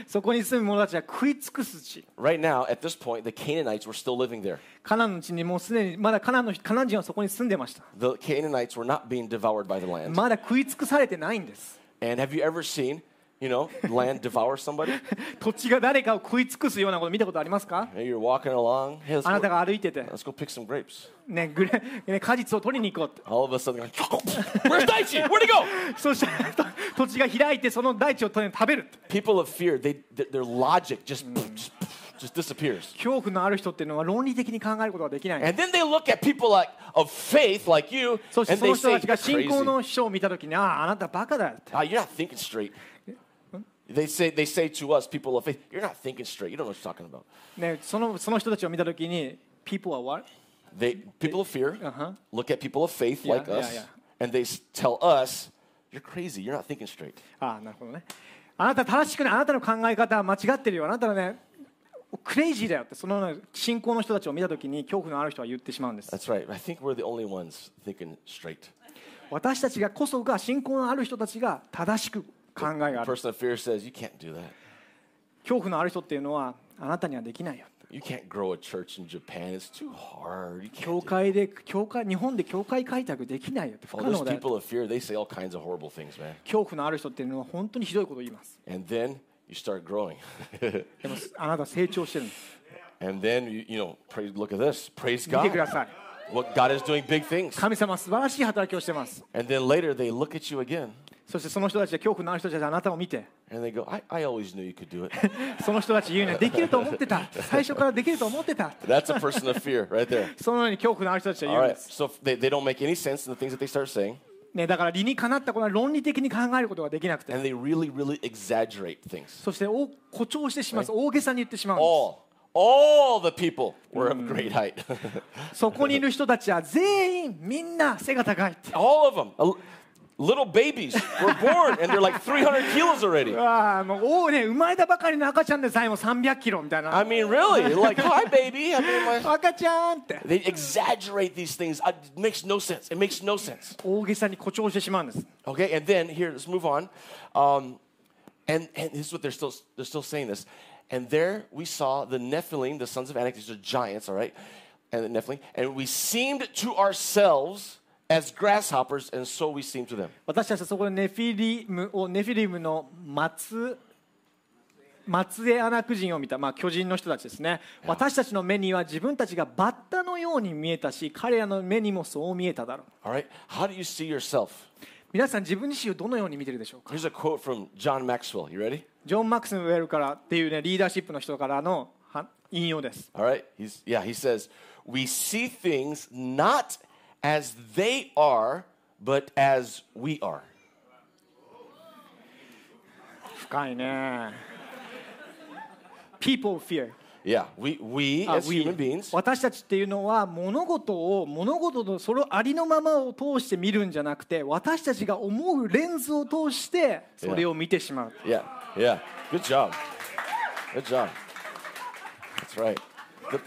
[SPEAKER 2] そこに住む者たちは食い尽くす地
[SPEAKER 1] Right now, at this point, the Canaanites were still living there.
[SPEAKER 2] カナンの地にもうすでにまだカナンのカナン人はそこに住んでました
[SPEAKER 1] The Canaanites were not being devoured by the land.
[SPEAKER 2] まだ食い尽くされてないんです
[SPEAKER 1] And have you ever seen You know, land devour somebody.
[SPEAKER 2] 土地が誰かを食い尽くすようなこと見たことありますか
[SPEAKER 1] Hey, you're walking along. Hey, let's
[SPEAKER 2] あなた
[SPEAKER 1] go,
[SPEAKER 2] が歩いてて、
[SPEAKER 1] let's go pick some grapes.
[SPEAKER 2] ねグレね、果実を取りに行こうって
[SPEAKER 1] All of a sudden, like, where's Daichi? Where'd he go?
[SPEAKER 2] そしたらと土地が開いてその大地を取り食べるって
[SPEAKER 1] People of fear, they, th- their logic just, just, just disappears.
[SPEAKER 2] 恐怖のある人っていうのは論理的に考えることができない
[SPEAKER 1] And then they look at people like of faith, like you,
[SPEAKER 2] そして
[SPEAKER 1] and
[SPEAKER 2] その
[SPEAKER 1] they
[SPEAKER 2] 人
[SPEAKER 1] say,
[SPEAKER 2] たちが
[SPEAKER 1] "You're
[SPEAKER 2] 信
[SPEAKER 1] crazy.
[SPEAKER 2] 仰の秘書を見たときに、ああ、あなたバカだよって。
[SPEAKER 1] Ah, you're not thinking straight." They say, they say to us, people of faith, "You're not thinking straight. You don't know what you're talking about."
[SPEAKER 2] ね、そのその人たちを見たときに、people are what?
[SPEAKER 1] They people of fear
[SPEAKER 2] Uh-huh.
[SPEAKER 1] look at people of faith
[SPEAKER 2] Yeah,
[SPEAKER 1] like
[SPEAKER 2] yeah,
[SPEAKER 1] us,
[SPEAKER 2] yeah.
[SPEAKER 1] and they s- tell us, "You're crazy. You're not thinking straight."
[SPEAKER 2] ああ、なるほどね。あなた正しくない、あなたの考え方は間違ってるよ、あなたはね、クレイジーだよって、そのような信仰の人たちを見たときに、恐怖のある人は言ってしまうんです。
[SPEAKER 1] That's right. I think we're the only ones thinking straight.
[SPEAKER 2] 私たちがこそが、信仰のある人たちが正しく考えがある。
[SPEAKER 1] Person of fear says, "You can't do that.
[SPEAKER 2] 恐怖のある人っていうのは、あなたにはできないよ。
[SPEAKER 1] You can't grow a church in Japan. It's too hard. You can't." Do
[SPEAKER 2] 教
[SPEAKER 1] it.
[SPEAKER 2] 会で教会日本で教会開拓できないよって不
[SPEAKER 1] Oh,
[SPEAKER 2] 可
[SPEAKER 1] those
[SPEAKER 2] 能だよ
[SPEAKER 1] people of fear, they say all kinds of horrible things, man.
[SPEAKER 2] 恐怖のある人っていうのは本当にひどいことを言います
[SPEAKER 1] And then you start growing.
[SPEAKER 2] でもあなた成長してるんです
[SPEAKER 1] and then, you, you know, praise, look at this. Praise
[SPEAKER 2] 見てくだ
[SPEAKER 1] God.
[SPEAKER 2] さい
[SPEAKER 1] What God is doing big things.
[SPEAKER 2] 神様は素晴らしい働きをしてます
[SPEAKER 1] And then later they look at you again
[SPEAKER 2] そしてその人たちは恐怖のある人たちはあなたを見て
[SPEAKER 1] and they go, I, I always knew you could do it.
[SPEAKER 2] その人たち言うねできると思ってた最初からできると思ってた
[SPEAKER 1] That's a person of fear right there.
[SPEAKER 2] そのように恐怖のある人たちは
[SPEAKER 1] All
[SPEAKER 2] 言うん
[SPEAKER 1] right.
[SPEAKER 2] です、
[SPEAKER 1] So if they, they don't make any sense in the things that they start saying.
[SPEAKER 2] ね、だから理にかなったことは論理的に考えることができなくて
[SPEAKER 1] And they really, really exaggerate things.
[SPEAKER 2] そしてお誇張してしまう大げさに言ってしまうんで
[SPEAKER 1] All, all the people were of great height.
[SPEAKER 2] すそこにいる人たちは全員みんな背が高いって
[SPEAKER 1] all of them. A- little babies were born and they're like 300 kilos already.
[SPEAKER 2] ああもうおうね生まれたばかりの赤ちゃんでさえも3 0 0キロみたい
[SPEAKER 1] I
[SPEAKER 2] な
[SPEAKER 1] mean, really? Like, hi, baby. I mean, my-
[SPEAKER 2] 赤ちゃんって
[SPEAKER 1] They exaggerate these things. I- It makes no sense. It makes no sense.
[SPEAKER 2] 大げさに誇張してしまうんです
[SPEAKER 1] Okay, and then here, let's move on. Um, and, and this is what they're still they're still saying this. And there we saw the Nephilim, the sons of Anak, these are giants, all right, and the Nephilim, and we seemed to ourselves as grasshoppers, and so we seemed to them.
[SPEAKER 2] 私たちはそこでネフィリムをネフィリムの松松江アナク人を見た、まあ、巨人の人たちですね私たちの目には自分たちがバッタのように見えたし彼らの目にもそう見えただろう
[SPEAKER 1] All right, how do you see yourself?
[SPEAKER 2] 皆さん自分自身をどのように見てるでしょうか
[SPEAKER 1] Here's a quote from John Maxwell. You ready?
[SPEAKER 2] ジョン・マクスウェルからっていうねリーダーシップの人からのは引用です
[SPEAKER 1] All right. He's yeah, he says, "We see things not as they are, but as we are."
[SPEAKER 2] 深いね People fear
[SPEAKER 1] Yeah, we we
[SPEAKER 2] あ
[SPEAKER 1] as
[SPEAKER 2] Ah, we
[SPEAKER 1] human beings.
[SPEAKER 2] 私たちっていうのは物事を物事のそれをありのままを通して見るんじゃなくて私たちが思うレンズを通してそれを見てしまう
[SPEAKER 1] Yeah. Yeah. Good job. Good job. That's right. The,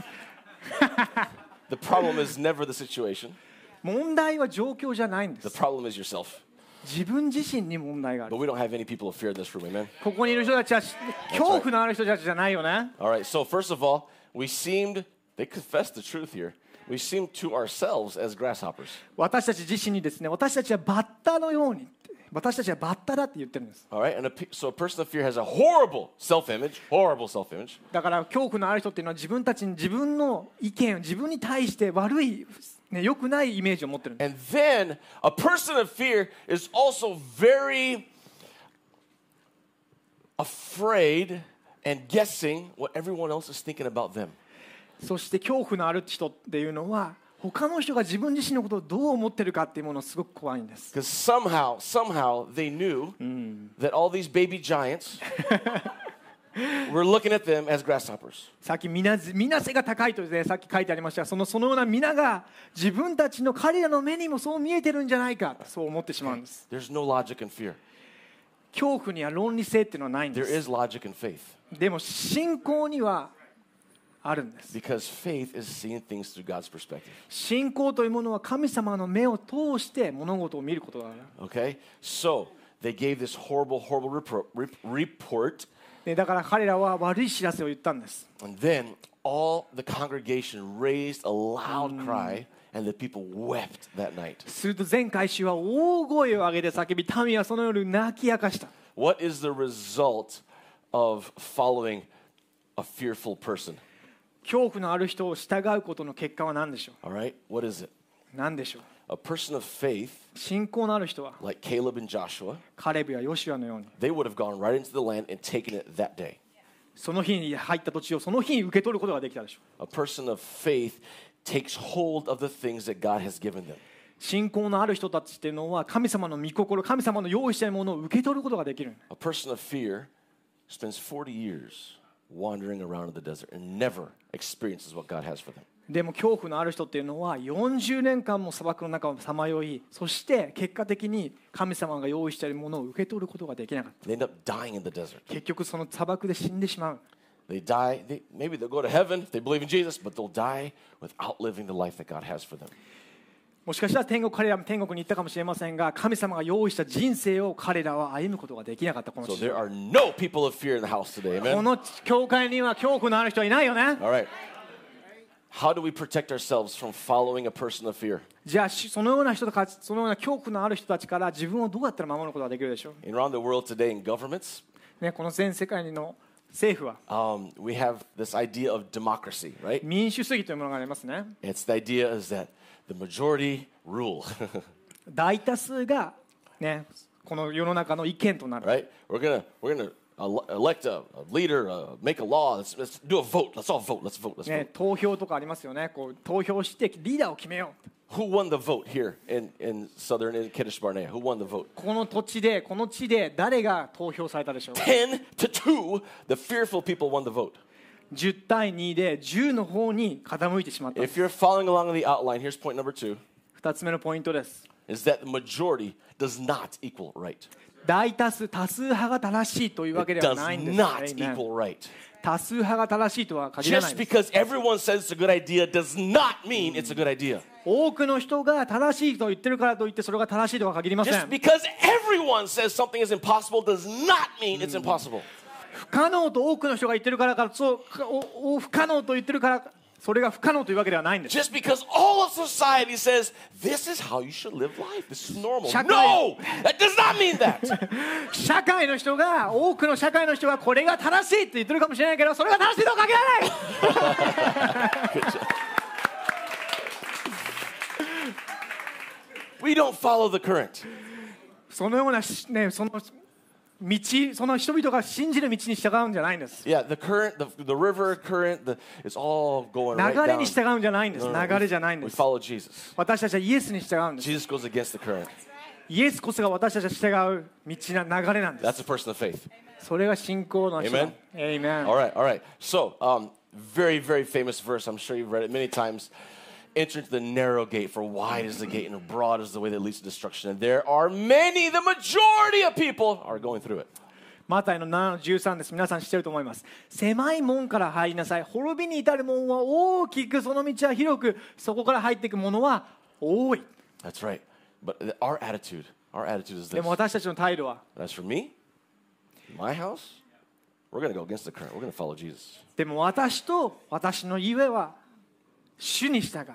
[SPEAKER 1] the problem is never the situation.
[SPEAKER 2] 問題は状況じゃないんで
[SPEAKER 1] The
[SPEAKER 2] す
[SPEAKER 1] problem is yourself.
[SPEAKER 2] 自分自身に問題があ
[SPEAKER 1] But
[SPEAKER 2] る
[SPEAKER 1] we don't have any people of fear in this room, amen.
[SPEAKER 2] ここにいる人たちはし恐怖のある人たちじゃないよね
[SPEAKER 1] All right. So first of all, we seemed they confessed the truth here. We seemed to ourselves as grasshoppers.
[SPEAKER 2] 私たち自身にですね私たちはバッタのようにって私たちはバッタだって言ってるんです
[SPEAKER 1] All right, and a, pe- so a person of fear has a horrible self-image, horrible self-image,
[SPEAKER 2] だから恐怖のある人っていうのは自分たちに自分の意見を自分に対して悪い、ね、良くないイメージを持ってるんです
[SPEAKER 1] and then a person of fear is also very afraid and guessing what everyone else is thinking about them.
[SPEAKER 2] そして恐怖のある人っていうのは他の人が自分自身のことをどう思ってるかっていうものすごく怖いんです
[SPEAKER 1] Because somehow, somehow they knew that all these baby giants were looking at them as grasshoppers.
[SPEAKER 2] さっきみなずみな背が高いと、ね、さっき書いてありましたがそのそのような皆が自分たちの彼らの目にもそう見えてるんじゃないかそう思ってしまうんです
[SPEAKER 1] There's no logic in fear.
[SPEAKER 2] 恐怖には論理性っていうのはないんで
[SPEAKER 1] There
[SPEAKER 2] す
[SPEAKER 1] is logic in faith
[SPEAKER 2] でも信仰にはあるんです
[SPEAKER 1] because faith is seeing things through God's perspective.
[SPEAKER 2] 信仰というものは神様の目を通して物事を見ることだから
[SPEAKER 1] Okay? So they gave this horrible, horrible repro- rep- report,
[SPEAKER 2] でだから彼らは悪い知らせを言ったんです
[SPEAKER 1] and then all the congregation raised a loud cry, and the people wept that night.
[SPEAKER 2] すると全回衆は大声を上げて叫び民はその夜泣き明かした
[SPEAKER 1] What is the result of following a fearful person?
[SPEAKER 2] 恐怖のある人を従うことの結果は何でしょ
[SPEAKER 1] All right, what is it?
[SPEAKER 2] う何でしょう
[SPEAKER 1] A person of faith,
[SPEAKER 2] 信仰のある人は
[SPEAKER 1] like Caleb and Joshua,
[SPEAKER 2] カレブやヨシュアのように
[SPEAKER 1] they would have gone right into the land and taken it that day.
[SPEAKER 2] その日に入った土地をその日に受け取ることができたでしょう
[SPEAKER 1] A person of faith takes hold of the things that God has given them.
[SPEAKER 2] 信仰のある人たちっていうのは神様の御心神様の用意したいものを受け取ることができる
[SPEAKER 1] A person of fear spends 40 years wandering around in the desert and never experiences what God has for them.
[SPEAKER 2] でも恐怖のある人っていうのは40年間も砂漠の中をさまよいそして結果的に神様が用意しているものを受け取ることができなかっ
[SPEAKER 1] They end up dying in the desert.
[SPEAKER 2] た結局その砂漠で死んでしまう
[SPEAKER 1] They die, they, maybe they'll go to heaven if they believe in Jesus, but they'll die without living the life that God has for them.
[SPEAKER 2] もしかしたら天国彼らも天国に行ったかもしれませんが神様が用意した人生を彼らは歩むことができなかったこの
[SPEAKER 1] So
[SPEAKER 2] 地上
[SPEAKER 1] there are no people of fear in the house today,
[SPEAKER 2] こ
[SPEAKER 1] amen?
[SPEAKER 2] の教会には恐怖のある人はいないよね
[SPEAKER 1] All right. How do we protect ourselves from following a person of fear?
[SPEAKER 2] じゃあしそのような人とかそのような恐怖のある人たちから自分をどうやったら守ることができるでしょ
[SPEAKER 1] And around the world today in governments,
[SPEAKER 2] う、ね、この全世界の政府は
[SPEAKER 1] um, we have this idea of democracy, right?
[SPEAKER 2] 民主主義というものがありますね
[SPEAKER 1] It's the idea is that the majority rule,
[SPEAKER 2] 大多数が、ね、この世の中の意見となる、
[SPEAKER 1] right? We're gonna we're gonna ele- elect a, a leader, uh, make a law. Let's, let's do a vote. Let's all vote. Let's vote. Let's
[SPEAKER 2] ね
[SPEAKER 1] vote.、
[SPEAKER 2] 投票とかありますよねこう投票してリーダーを決めよう
[SPEAKER 1] Who won the vote here in, in southern in Kadesh Barnea? Who won the vote?
[SPEAKER 2] この土地でこの地で誰が投票されたでしょうか
[SPEAKER 1] 10 to 2, the fearful people won the vote.
[SPEAKER 2] 10対2で10の方に傾いてしまった
[SPEAKER 1] If you're following along in the outline, here's point number two,
[SPEAKER 2] 2つ目のポイントです
[SPEAKER 1] is that the majority does not equal right.
[SPEAKER 2] 大多数多数派が正しいというわけ
[SPEAKER 1] It
[SPEAKER 2] では
[SPEAKER 1] does
[SPEAKER 2] ないんですよ
[SPEAKER 1] not
[SPEAKER 2] ね
[SPEAKER 1] equal right.
[SPEAKER 2] 多数派が正しいとは限らない
[SPEAKER 1] Just
[SPEAKER 2] です
[SPEAKER 1] because everyone says it's a good idea does not mean it's a good idea.
[SPEAKER 2] 多くの人が正しいと言ってるからといってそれが正しいとは限りませ
[SPEAKER 1] Just
[SPEAKER 2] ん
[SPEAKER 1] because everyone says something is impossible does not mean it's impossible.
[SPEAKER 2] 不可能と多くの人が言ってるからからそうかおお不可能と言ってるからそれが不可能というわけではないんです
[SPEAKER 1] Just because all of society says this is how you should live life, this is normal.
[SPEAKER 2] Shakai.
[SPEAKER 1] No, that does not mean that.
[SPEAKER 2] 社会の人が多くの社会の人がこれが正しいって言ってるかもしれないけどそれが正しいとは限らない
[SPEAKER 1] we don't follow the current.
[SPEAKER 2] そのようなし、ね、その道その人々が信じる道に従うんじゃないんです
[SPEAKER 1] Yeah, the current, the, the river current, the, it's all going
[SPEAKER 2] 流
[SPEAKER 1] right
[SPEAKER 2] れ
[SPEAKER 1] down.
[SPEAKER 2] に従うんじゃないんです
[SPEAKER 1] No, no,
[SPEAKER 2] 流れじゃないん
[SPEAKER 1] we
[SPEAKER 2] です
[SPEAKER 1] follow Jesus.
[SPEAKER 2] 私たちはイエスに従うんです
[SPEAKER 1] Jesus goes against the current.
[SPEAKER 2] イエスこそが私たちが従う道な流れなんです
[SPEAKER 1] That's a person of faith.
[SPEAKER 2] それが信仰の足
[SPEAKER 1] Amen.
[SPEAKER 2] エイメン
[SPEAKER 1] All right, all right. So, um, very, very famous verse. I'm sure you've read it many times. Enter into the narrow gate, for wide is the gate and broad is the way that leads to destruction. And there are many, the majority of people are going through it.
[SPEAKER 2] マタイの7の13です皆さん知ってると思います狭い門から入りなさい滅びに至る門は大きくその道は広くそこから入っていくものは多い
[SPEAKER 1] That's right. But th- our attitude, our attitude is
[SPEAKER 2] で
[SPEAKER 1] this.
[SPEAKER 2] も私たちの態度は
[SPEAKER 1] As for me, my house, we're going to go against the current. We're going to follow Jesus.
[SPEAKER 2] でも私と私の家は主に従う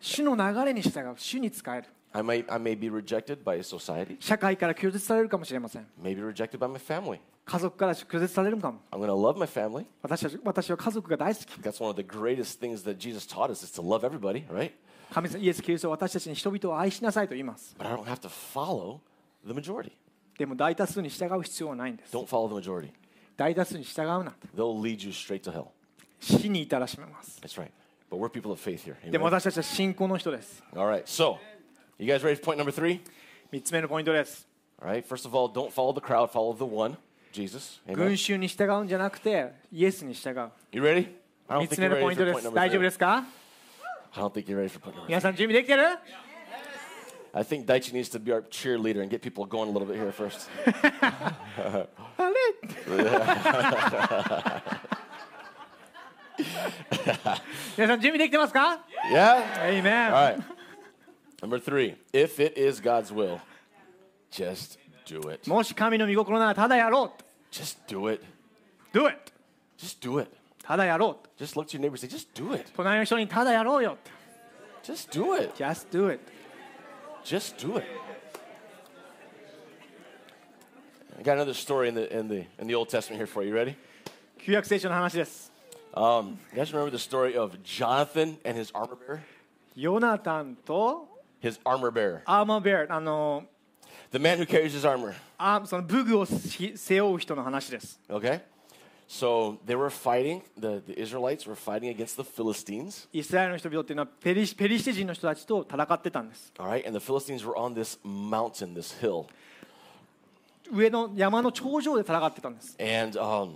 [SPEAKER 2] 主の流れに従う主に使える
[SPEAKER 1] I may, I may be rejected by society,
[SPEAKER 2] 社会から拒絶されるかもしれません
[SPEAKER 1] maybe rejected by my family.
[SPEAKER 2] 家族から拒絶されるかも
[SPEAKER 1] I'm going to love my family.
[SPEAKER 2] 私たち私は家族が大好き
[SPEAKER 1] That's one of the greatest things that Jesus taught us is to love everybody, right?
[SPEAKER 2] 神様イエス・キリストは私たちに人々を愛しなさいと言います
[SPEAKER 1] but I don't have to follow the majority.
[SPEAKER 2] でも大多数に従う必要はないんです
[SPEAKER 1] Don't follow the majority.
[SPEAKER 2] 大多数に従うなと
[SPEAKER 1] They'll lead you straight to hell.
[SPEAKER 2] 死に至らしめます
[SPEAKER 1] That's right. But we're people of faith here.
[SPEAKER 2] でも
[SPEAKER 1] Amen.
[SPEAKER 2] 私たちは信仰の人です
[SPEAKER 1] All right. So, you guys ready for point number three?
[SPEAKER 2] 3つ目のポイントです
[SPEAKER 1] All right. First of all, don't follow the crowd. Follow the one, Jesus.
[SPEAKER 2] 群
[SPEAKER 1] Amen.
[SPEAKER 2] 衆に従うんじゃなくてイエスに従う
[SPEAKER 1] You ready? I
[SPEAKER 2] 3
[SPEAKER 1] don't
[SPEAKER 2] つ
[SPEAKER 1] think
[SPEAKER 2] 目
[SPEAKER 1] you're
[SPEAKER 2] のポイ
[SPEAKER 1] ready
[SPEAKER 2] ント
[SPEAKER 1] for
[SPEAKER 2] で
[SPEAKER 1] point
[SPEAKER 2] す
[SPEAKER 1] number
[SPEAKER 2] 大丈夫
[SPEAKER 1] three.
[SPEAKER 2] ですか
[SPEAKER 1] I don't think you're ready for point number three.
[SPEAKER 2] 皆さん準備できてる
[SPEAKER 1] I think Daichi needs to be our cheerleader and get people going a little bit here first.
[SPEAKER 2] あれ 皆さん準備できてますか
[SPEAKER 1] Yeah?
[SPEAKER 2] えい
[SPEAKER 1] All right. Number three. If it is God's will, just do it.
[SPEAKER 2] もし神の御心ならただやろ
[SPEAKER 1] Just do it.
[SPEAKER 2] うと Do it
[SPEAKER 1] Just do it.
[SPEAKER 2] ただやろうと
[SPEAKER 1] Just look to your neighbor and say, just do it.
[SPEAKER 2] 隣の人にただやろうよと
[SPEAKER 1] Just do it.
[SPEAKER 2] Just do it
[SPEAKER 1] Just do it. I got another story in the, in the, in the Old Testament here for you. Ready?
[SPEAKER 2] 旧約聖書の話です
[SPEAKER 1] Um, you guys remember the story of Jonathan and his armor bearer?
[SPEAKER 2] ヨナタンと
[SPEAKER 1] His armor bearer.
[SPEAKER 2] アーマーベアあの
[SPEAKER 1] The man who carries his armor.
[SPEAKER 2] あその武具をし背負う人の話です
[SPEAKER 1] Okay? So they were fighting, the, the Israelites were fighting against the Philistines.
[SPEAKER 2] イスラエルの人々っていうのはペリシペリシテ人の人たちと戦ってたんです
[SPEAKER 1] All right? And the Philistines were on this mountain, this hill.
[SPEAKER 2] 上の山の頂上で戦ってたんです
[SPEAKER 1] And, um,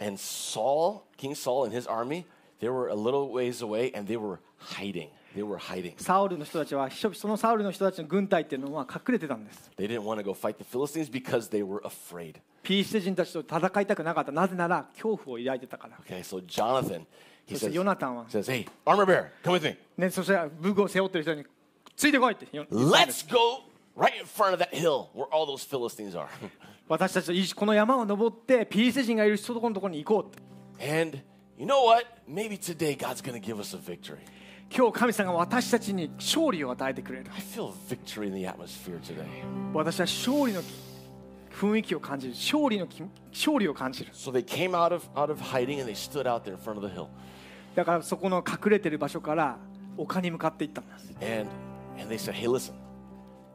[SPEAKER 1] and Saul, King Saul and his army, they were a little ways away and they were hiding. They were hiding.
[SPEAKER 2] サウルの人たちはひそそのサウルの人たちの軍隊っていうのは隠れてたんです
[SPEAKER 1] They didn't want to go fight the Philistines because they were afraid.
[SPEAKER 2] ペリシテ人たちと戦いたくなかったなぜなら恐怖を抱いてたから、
[SPEAKER 1] Okay, so Jonathan, he
[SPEAKER 2] そして
[SPEAKER 1] says,
[SPEAKER 2] ヨナタンは、
[SPEAKER 1] says, Hey, armor bearer, come with me.
[SPEAKER 2] ね、そして武具を背負ってる人についてこいって言ったんで
[SPEAKER 1] Let's
[SPEAKER 2] す
[SPEAKER 1] go right in front of that hill where all those Philistines are.
[SPEAKER 2] 私たちと一緒この山を登ってペリシテ人がいる人のところに行こうって
[SPEAKER 1] and you know what? Maybe today God's going to give us a victory.
[SPEAKER 2] 今日神様が私たちに勝利を与えてくれる
[SPEAKER 1] I feel victory in the atmosphere today.
[SPEAKER 2] 私は勝利の雰囲気を感じる勝利のき勝利を感じる
[SPEAKER 1] So they came out of, out of hiding and they stood out there in front of the hill.
[SPEAKER 2] だからそこの隠れてる場所から丘に向かっていったんです
[SPEAKER 1] And, and they said, Hey, listen,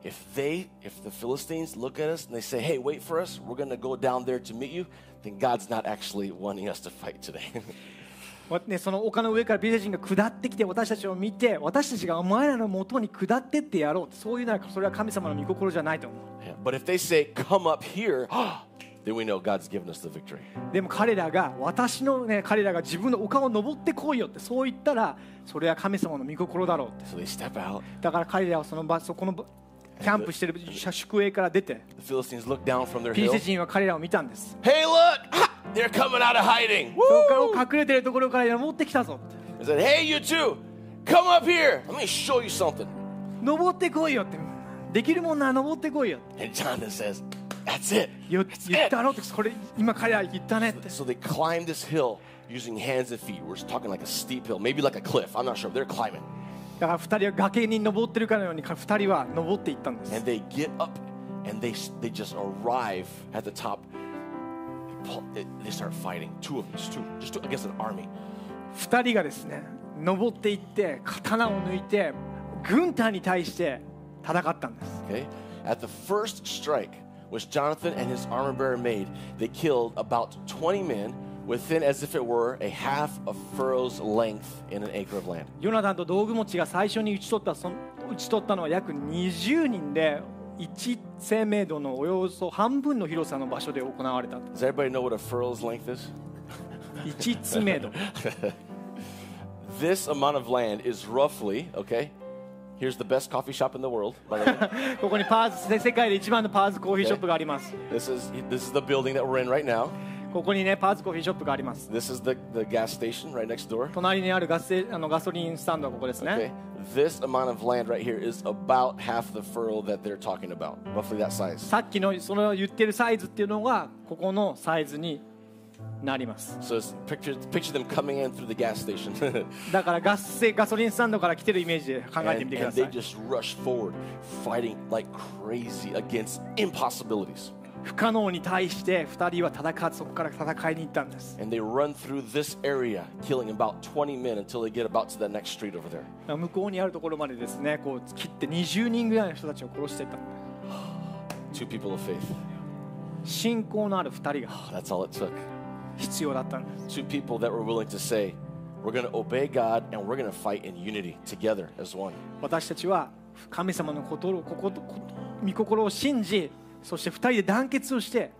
[SPEAKER 1] if they, if the Philistines look at us and they say, Hey, wait for us, we're going to go down there to meet you, then God's not actually wanting us to fight today.
[SPEAKER 2] わね、その丘の上からペリシテ人が下ってきて私たちを見て私たちがお前らの元に下ってってやろうそういうならそれは神様の御心じゃないと思う
[SPEAKER 1] Yeah, But if they say, Come up here, then we know God's given us the victory.
[SPEAKER 2] でも彼らが私のね彼らが自分の丘を登ってこいよってそう言ったらそれは神様の御心だろうって
[SPEAKER 1] So they step out.
[SPEAKER 2] だから彼らはその場そこの場キャンプしてる宿営から出て
[SPEAKER 1] The Philistines look down from their
[SPEAKER 2] ペリシ
[SPEAKER 1] hill.
[SPEAKER 2] テ人は彼らを見たんです
[SPEAKER 1] Hey, look! Ha! They're coming out of hiding.
[SPEAKER 2] そこから
[SPEAKER 1] Woo!
[SPEAKER 2] お隠れてるところから登ってきたぞって
[SPEAKER 1] I said, Hey, you two, come up here. Let me show you something.
[SPEAKER 2] 登ってこいよってできるもんなら登ってこいよって
[SPEAKER 1] And Jonathan says, That's it.
[SPEAKER 2] よ
[SPEAKER 1] That's
[SPEAKER 2] 言っ
[SPEAKER 1] it.
[SPEAKER 2] たろってこれ今彼ら言ったねって
[SPEAKER 1] So they climb this hill using hands and feet. We're just talking like a steep hill, maybe like a cliff. I'm not sure. They're climbing.
[SPEAKER 2] だから2人は崖に登ってるかのようにか2人は登っていったんです
[SPEAKER 1] And they get up and they, they just arrive at the top. They, pull, they, they start fighting. Two of them, just two, just two against an army.
[SPEAKER 2] 2人がですね登っていって刀を抜いて軍隊に対して戦ったんです
[SPEAKER 1] Okay? At the first strike, which Jonathan and his armor bearer made, they killed about 20 men within as if it were a half a furrow's length in an acre of land.
[SPEAKER 2] ヨナタンと道具持ちが最初に打ち取ったその打ち取ったのは約20人で1生命度のおよそ半分の広さの場所で行われた
[SPEAKER 1] Does everybody know what a furrow's length is?
[SPEAKER 2] 1生命度
[SPEAKER 1] This amount of land is roughly, okay? Here's the best coffee shop in the world, by the way.
[SPEAKER 2] ここにパーズせ世界で一番のパーズコーヒーショップがあります
[SPEAKER 1] This is this is the building that we're in right now.
[SPEAKER 2] ここにねパーズコーヒーショップがあります
[SPEAKER 1] This is the, the gas station right next door.
[SPEAKER 2] 隣にあるガスあのガソリンスタンドはここですね、
[SPEAKER 1] Okay. This amount of land right here is about half the furrow that they're talking about. Roughly that size.
[SPEAKER 2] さっきのその言ってるサイズっていうのがここのサイズになります
[SPEAKER 1] So it's picture, picture them coming in through the gas station. and,
[SPEAKER 2] だからガスガソリンスタンドから来てるイメージで考えてみてくだ
[SPEAKER 1] and they
[SPEAKER 2] さい
[SPEAKER 1] just rush forward, fighting like crazy against impossibilities.
[SPEAKER 2] 不可能に対して2人は戦いそこから戦いに行ったんです
[SPEAKER 1] And they run through this area, killing about 20 men until they get about to the next street over there.
[SPEAKER 2] 向こうにあるところまでですねこう切って20人ぐらいの人たちを殺していったんだ
[SPEAKER 1] Two people of faith. Oh,
[SPEAKER 2] 信仰のある2人が
[SPEAKER 1] That's all it took.
[SPEAKER 2] 必要だったんです
[SPEAKER 1] Two people that were willing to say, we're going to obey God and we're going to fight in unity together as one.
[SPEAKER 2] 私たちは神様の心をこことこ御心を信じそして2人で団結をして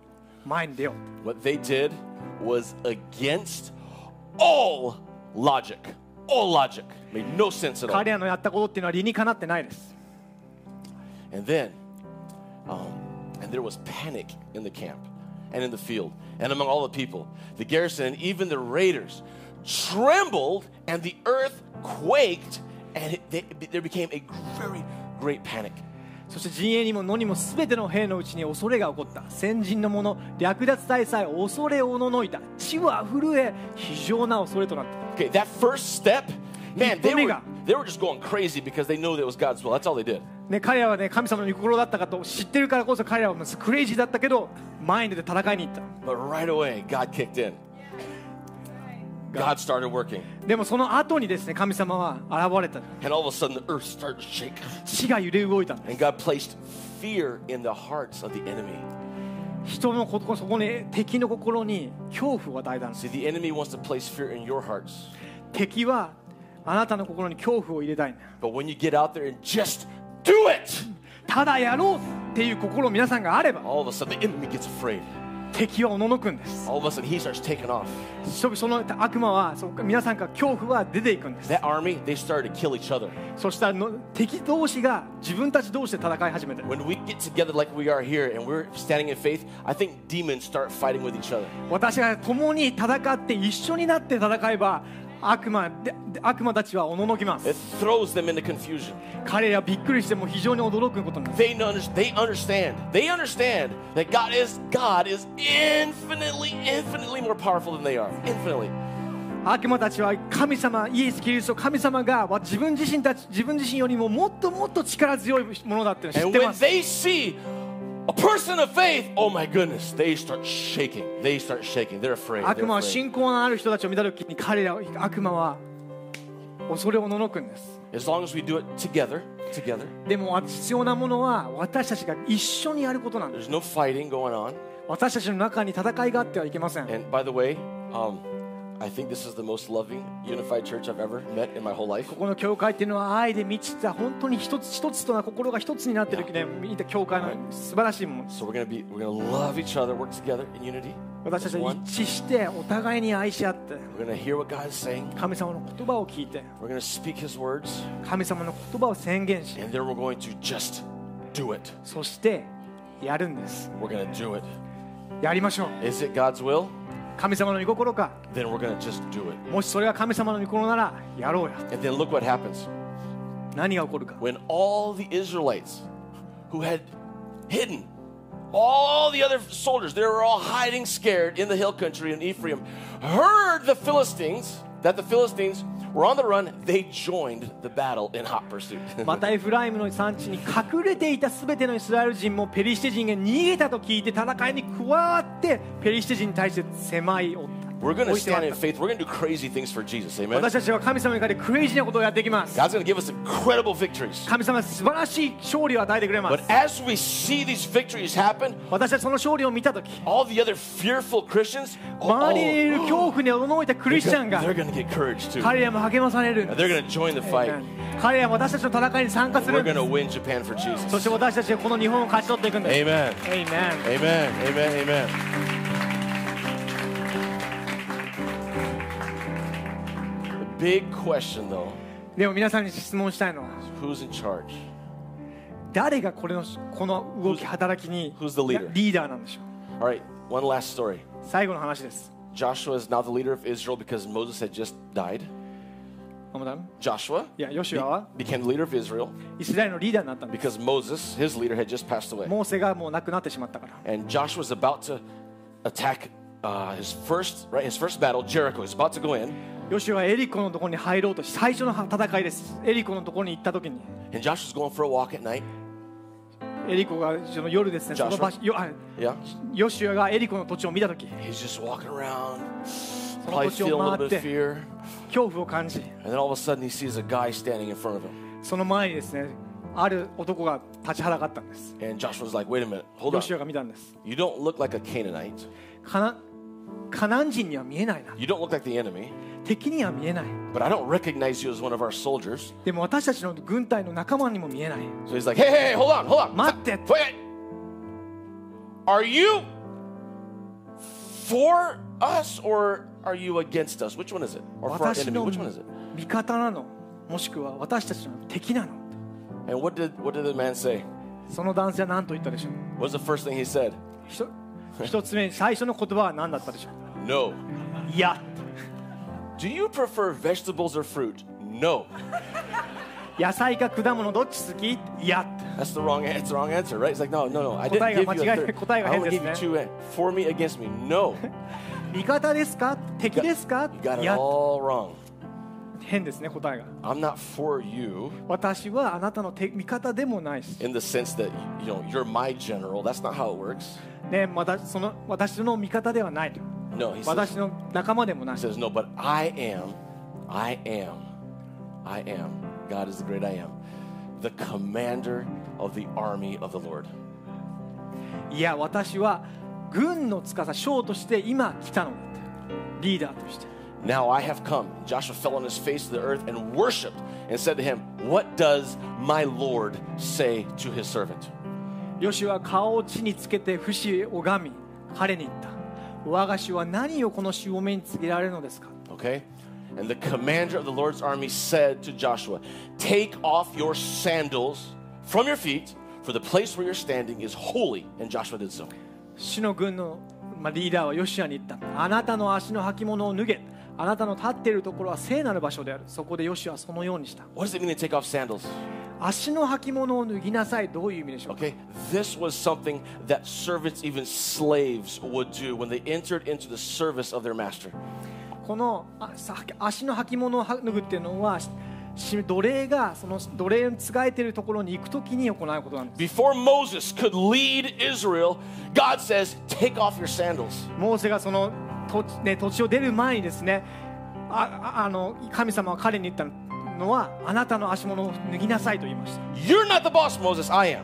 [SPEAKER 2] 前に出よう
[SPEAKER 1] What they did was against all logic. All logic. Made no sense at all.
[SPEAKER 2] 彼らのやったことっていうのは理にかなってないです
[SPEAKER 1] And then, um, and there was panic in the camp and in the field and among all the people. The garrison and even the raiders trembled, and the earth quaked, and it, they, there became a very great panic.
[SPEAKER 2] そして陣営にも野にも全ての兵のうちに恐れが起こった先人の者略奪大祭恐れおののいた地は震え非常な恐れとなった
[SPEAKER 1] Okay, that first step, man, they were,
[SPEAKER 2] Hormiga.
[SPEAKER 1] They were just going crazy because they knew that it was God's will. That's all they did.
[SPEAKER 2] ね、彼らはね神様の御心だったかと知ってるからこそ彼らはクレイジーだったけど前に出て戦いに行った
[SPEAKER 1] But right away, God kicked in. God started working,
[SPEAKER 2] でもその後にですね神様は現れた
[SPEAKER 1] and all of a sudden the earth started to shake.
[SPEAKER 2] 地が揺れ動いたんで
[SPEAKER 1] And
[SPEAKER 2] す
[SPEAKER 1] God placed fear in the hearts of the enemy.
[SPEAKER 2] 人の心そこに敵の心に恐怖を与えたんです
[SPEAKER 1] See, the enemy wants to place fear in your hearts.
[SPEAKER 2] 敵はあなたの心に恐怖を入れたいんだ
[SPEAKER 1] But when you get out there and just do it,
[SPEAKER 2] ただやろうっていう心皆さんがあれば
[SPEAKER 1] all of a sudden the enemy gets afraid.
[SPEAKER 2] 敵はおののくんです
[SPEAKER 1] All of a sudden he starts taking off.
[SPEAKER 2] そその悪魔はそこから皆さんから恐怖は出ていくんです
[SPEAKER 1] That army, they started to kill each other.
[SPEAKER 2] そしたらの敵同士が自分たち同士で戦い始めて
[SPEAKER 1] When we get together like we are here and we're standing in faith, I think demons start fighting with each other.
[SPEAKER 2] 私が共に戦って一緒になって戦えば悪魔でで悪魔たちはおののきます
[SPEAKER 1] It throws them into confusion.
[SPEAKER 2] 彼らはびっくりしてもう非常に驚くことになる
[SPEAKER 1] They under- they understand. They understand that God is God is infinitely, infinitely more powerful than they are. Infinitely.
[SPEAKER 2] 悪魔たちは神様イエス・キリスト神様がわ自分自身たち自分自身よりももっともっと力強いものだっていうの知っ
[SPEAKER 1] And
[SPEAKER 2] てま
[SPEAKER 1] when
[SPEAKER 2] す
[SPEAKER 1] they see a person of faith, oh my goodness, they start shaking. They start shaking. They're afraid.
[SPEAKER 2] 悪
[SPEAKER 1] They're
[SPEAKER 2] 魔
[SPEAKER 1] afraid.
[SPEAKER 2] は信仰のある人たちを見た時に彼らは悪魔は恐れをののくんです
[SPEAKER 1] As long as we do it together, together,
[SPEAKER 2] でも必要なものは私たちが一緒にやることなんです
[SPEAKER 1] there's no fighting going on.
[SPEAKER 2] 私たちの中に戦いがあってはいけません
[SPEAKER 1] And by the way, um, I think this is the most loving, unified church I've ever met in my whole life.
[SPEAKER 2] この教会っていうのは愛で満ちた本当に一つ一つとな心が一つになってるね見た教会の素晴らしいもの
[SPEAKER 1] So we're gonna be, we're gonna love each other, work together in unity.
[SPEAKER 2] 私たち
[SPEAKER 1] as
[SPEAKER 2] は
[SPEAKER 1] one.
[SPEAKER 2] 一致してお互いに愛し合って
[SPEAKER 1] We're gonna hear what God is saying.
[SPEAKER 2] 神様の言葉を聞いて
[SPEAKER 1] We're gonna speak His words,
[SPEAKER 2] 神様の言葉を宣言し
[SPEAKER 1] and then we're going to just do it.
[SPEAKER 2] そしてやるんです
[SPEAKER 1] We're gonna do it.
[SPEAKER 2] やりましょう
[SPEAKER 1] Is it God's will?
[SPEAKER 2] 神様の御心か
[SPEAKER 1] Then we're gonna just do it.
[SPEAKER 2] もしそれが神様の御心ならやろうや
[SPEAKER 1] And then look what happens.
[SPEAKER 2] 何が起こるか
[SPEAKER 1] when all the Israelites who had hidden, all the other soldiers, they were all hiding scared in the hill country in Ephraim, heard the Philistines, that the Philistines were on the run, they joined the battle in hot pursuit.
[SPEAKER 2] またエフライムの産地に隠れていたすべてのイスラエル人もペリシテ人が逃げたと聞いて戦いに加わってペリシテ人に対して狭い追った
[SPEAKER 1] we're going
[SPEAKER 2] 追
[SPEAKER 1] to stand in
[SPEAKER 2] い迫った
[SPEAKER 1] faith. We're going to do crazy things for Jesus. Amen.
[SPEAKER 2] 私たちは神様に代わりクレイジーなことをやっていきます。
[SPEAKER 1] God's going to give us incredible victories.
[SPEAKER 2] 神様は素晴らしい勝利を与えてくれま
[SPEAKER 1] But
[SPEAKER 2] す。
[SPEAKER 1] as we see these victories happen,
[SPEAKER 2] 私たちその勝利を見たとき、
[SPEAKER 1] all the other fearful Christians,
[SPEAKER 2] 周りにいる
[SPEAKER 1] oh,
[SPEAKER 2] 恐怖に驚いたク
[SPEAKER 1] they're
[SPEAKER 2] リスチャン
[SPEAKER 1] gonna-
[SPEAKER 2] が
[SPEAKER 1] they're going to get courage too.
[SPEAKER 2] 彼らも励まされるんで
[SPEAKER 1] They're
[SPEAKER 2] す。
[SPEAKER 1] going to join the fight.
[SPEAKER 2] 彼らは私たちの戦いに参加す
[SPEAKER 1] And we're
[SPEAKER 2] るんで
[SPEAKER 1] going
[SPEAKER 2] す
[SPEAKER 1] to。win Japan for
[SPEAKER 2] そして
[SPEAKER 1] Jesus.
[SPEAKER 2] 私たちはこの日本を勝ち取っていくんです。
[SPEAKER 1] Amen.
[SPEAKER 2] エイメン
[SPEAKER 1] Amen. Amen. Amen. The big question, though,
[SPEAKER 2] でも皆さんに質問したいのは、
[SPEAKER 1] is who's in charge?
[SPEAKER 2] 誰がこれのこの動き、働きに
[SPEAKER 1] Who's the leader?
[SPEAKER 2] リーダーなんでしょう
[SPEAKER 1] All right, one last story.
[SPEAKER 2] 最後の話です。
[SPEAKER 1] Joshua is now the leader of Israel because Moses had just died.
[SPEAKER 2] ママダム
[SPEAKER 1] Joshua
[SPEAKER 2] いや、ヨシュアは
[SPEAKER 1] became the leader of Israel
[SPEAKER 2] イスラエルのリーダーになったんです。
[SPEAKER 1] because Moses, his leader, had just passed away.
[SPEAKER 2] モーセがもう亡くなってしまったから。
[SPEAKER 1] And Joshua's about to attack uh, his first right, his first battle, Jericho. He's about to go in.
[SPEAKER 2] ヨシュアはエリコのところに入ろうとし最初の戦いですエリコのところに行った時に
[SPEAKER 1] And Joshua's going for a walk at night.
[SPEAKER 2] エリコがその夜ですね
[SPEAKER 1] Joshua
[SPEAKER 2] その場所よあ
[SPEAKER 1] Yeah.
[SPEAKER 2] ヨシュアがエリコの土地を見た時
[SPEAKER 1] He's just walking around,
[SPEAKER 2] その
[SPEAKER 1] probably
[SPEAKER 2] 土地を
[SPEAKER 1] feeling a little
[SPEAKER 2] 回っ
[SPEAKER 1] bit of
[SPEAKER 2] て
[SPEAKER 1] fear.
[SPEAKER 2] 恐怖を感じ
[SPEAKER 1] And then all of a sudden, he sees a guy standing in front of him.
[SPEAKER 2] その前にですねある男が立ちはだかったんです
[SPEAKER 1] And Joshua's like, wait a minute, hold
[SPEAKER 2] ヨシュア
[SPEAKER 1] on.
[SPEAKER 2] が見たんです
[SPEAKER 1] You don't look like a Canaanite.
[SPEAKER 2] カナカナン人には見えないな
[SPEAKER 1] You don't look like the enemy.
[SPEAKER 2] 敵には見えない
[SPEAKER 1] But I don't recognize you as one of our soldiers.
[SPEAKER 2] でも私たちの軍隊の仲間にも見えない
[SPEAKER 1] So he's like, hey, hey, hey, hold on, hold on.
[SPEAKER 2] 待って
[SPEAKER 1] Wait. Are you for us or are you against us? Which one is it? Or for our
[SPEAKER 2] 私
[SPEAKER 1] enemy?
[SPEAKER 2] の
[SPEAKER 1] Which one is it?
[SPEAKER 2] 味方なのもしくは私たちの敵なの
[SPEAKER 1] And what did what did the man say?
[SPEAKER 2] その男性は何と言ったでしょう
[SPEAKER 1] What was the first thing he said?
[SPEAKER 2] ひ と一つ目最初の言葉は何だったでしょ
[SPEAKER 1] No.
[SPEAKER 2] ういや
[SPEAKER 1] Do you prefer vegetables or fruit? No.
[SPEAKER 2] 野菜か果物どっち好きいや
[SPEAKER 1] That's the wrong. That's the wrong answer, right? It's like no, no, no. I didn't
[SPEAKER 2] 答えが
[SPEAKER 1] give you a
[SPEAKER 2] 間違え
[SPEAKER 1] third.
[SPEAKER 2] 答えが
[SPEAKER 1] I only
[SPEAKER 2] 変です
[SPEAKER 1] gave you
[SPEAKER 2] ね。
[SPEAKER 1] two. eh, For me, against me. No,
[SPEAKER 2] 味方ですか敵ですか
[SPEAKER 1] you got
[SPEAKER 2] い
[SPEAKER 1] it
[SPEAKER 2] や
[SPEAKER 1] all wrong.
[SPEAKER 2] 変ですね答えが
[SPEAKER 1] I'm not for you
[SPEAKER 2] 私はあなたの手味方でもないし、
[SPEAKER 1] in the sense that you know you're my general. That's not how it works.
[SPEAKER 2] ね、まだその私の味方ではない
[SPEAKER 1] No, he
[SPEAKER 2] 私
[SPEAKER 1] says,
[SPEAKER 2] の仲間でもない
[SPEAKER 1] he says no, but I am, I am, I am. God is the great I am, the commander of the army of the Lord.
[SPEAKER 2] いや私は軍の司将として今来たのだリーダーとして
[SPEAKER 1] Now I have come. Joshua fell on his face to the earth and worshipped and said to him, What does my Lord say to his servant?
[SPEAKER 2] ヨシュは顔を地につけて不死を拝み彼に言った我が主は何をこのしもめに告げられるのですか
[SPEAKER 1] Okay? And the commander of the Lord's army said to Joshua, Take off your sandals from your feet, for the place where you're standing is holy. And Joshua did so.
[SPEAKER 2] 主の軍の、まあ、リーダーはヨシュアに言ったあなたの足の履物を脱げあなたの立っているところは聖なる場所であるそこでヨシュはそのようにした
[SPEAKER 1] What does it mean to take off sandals?
[SPEAKER 2] 足の履物を脱ぎなさいどういう意味でしょうか
[SPEAKER 1] Okay? This was something that servants, even slaves, would do when they entered into the service of their master.
[SPEAKER 2] このあさ足の履物をは脱ぐっていうのはしし奴隷がその奴隷につがえているところに行くときに行うことなんです
[SPEAKER 1] Before Moses could lead Israel, God says, Take off your sandals.
[SPEAKER 2] モーセがその土,、ね、土地を出る前にですねあああの神様は彼に言ったのはあなたの足物を脱ぎなさいと言いました
[SPEAKER 1] You're not the boss, Moses, I am.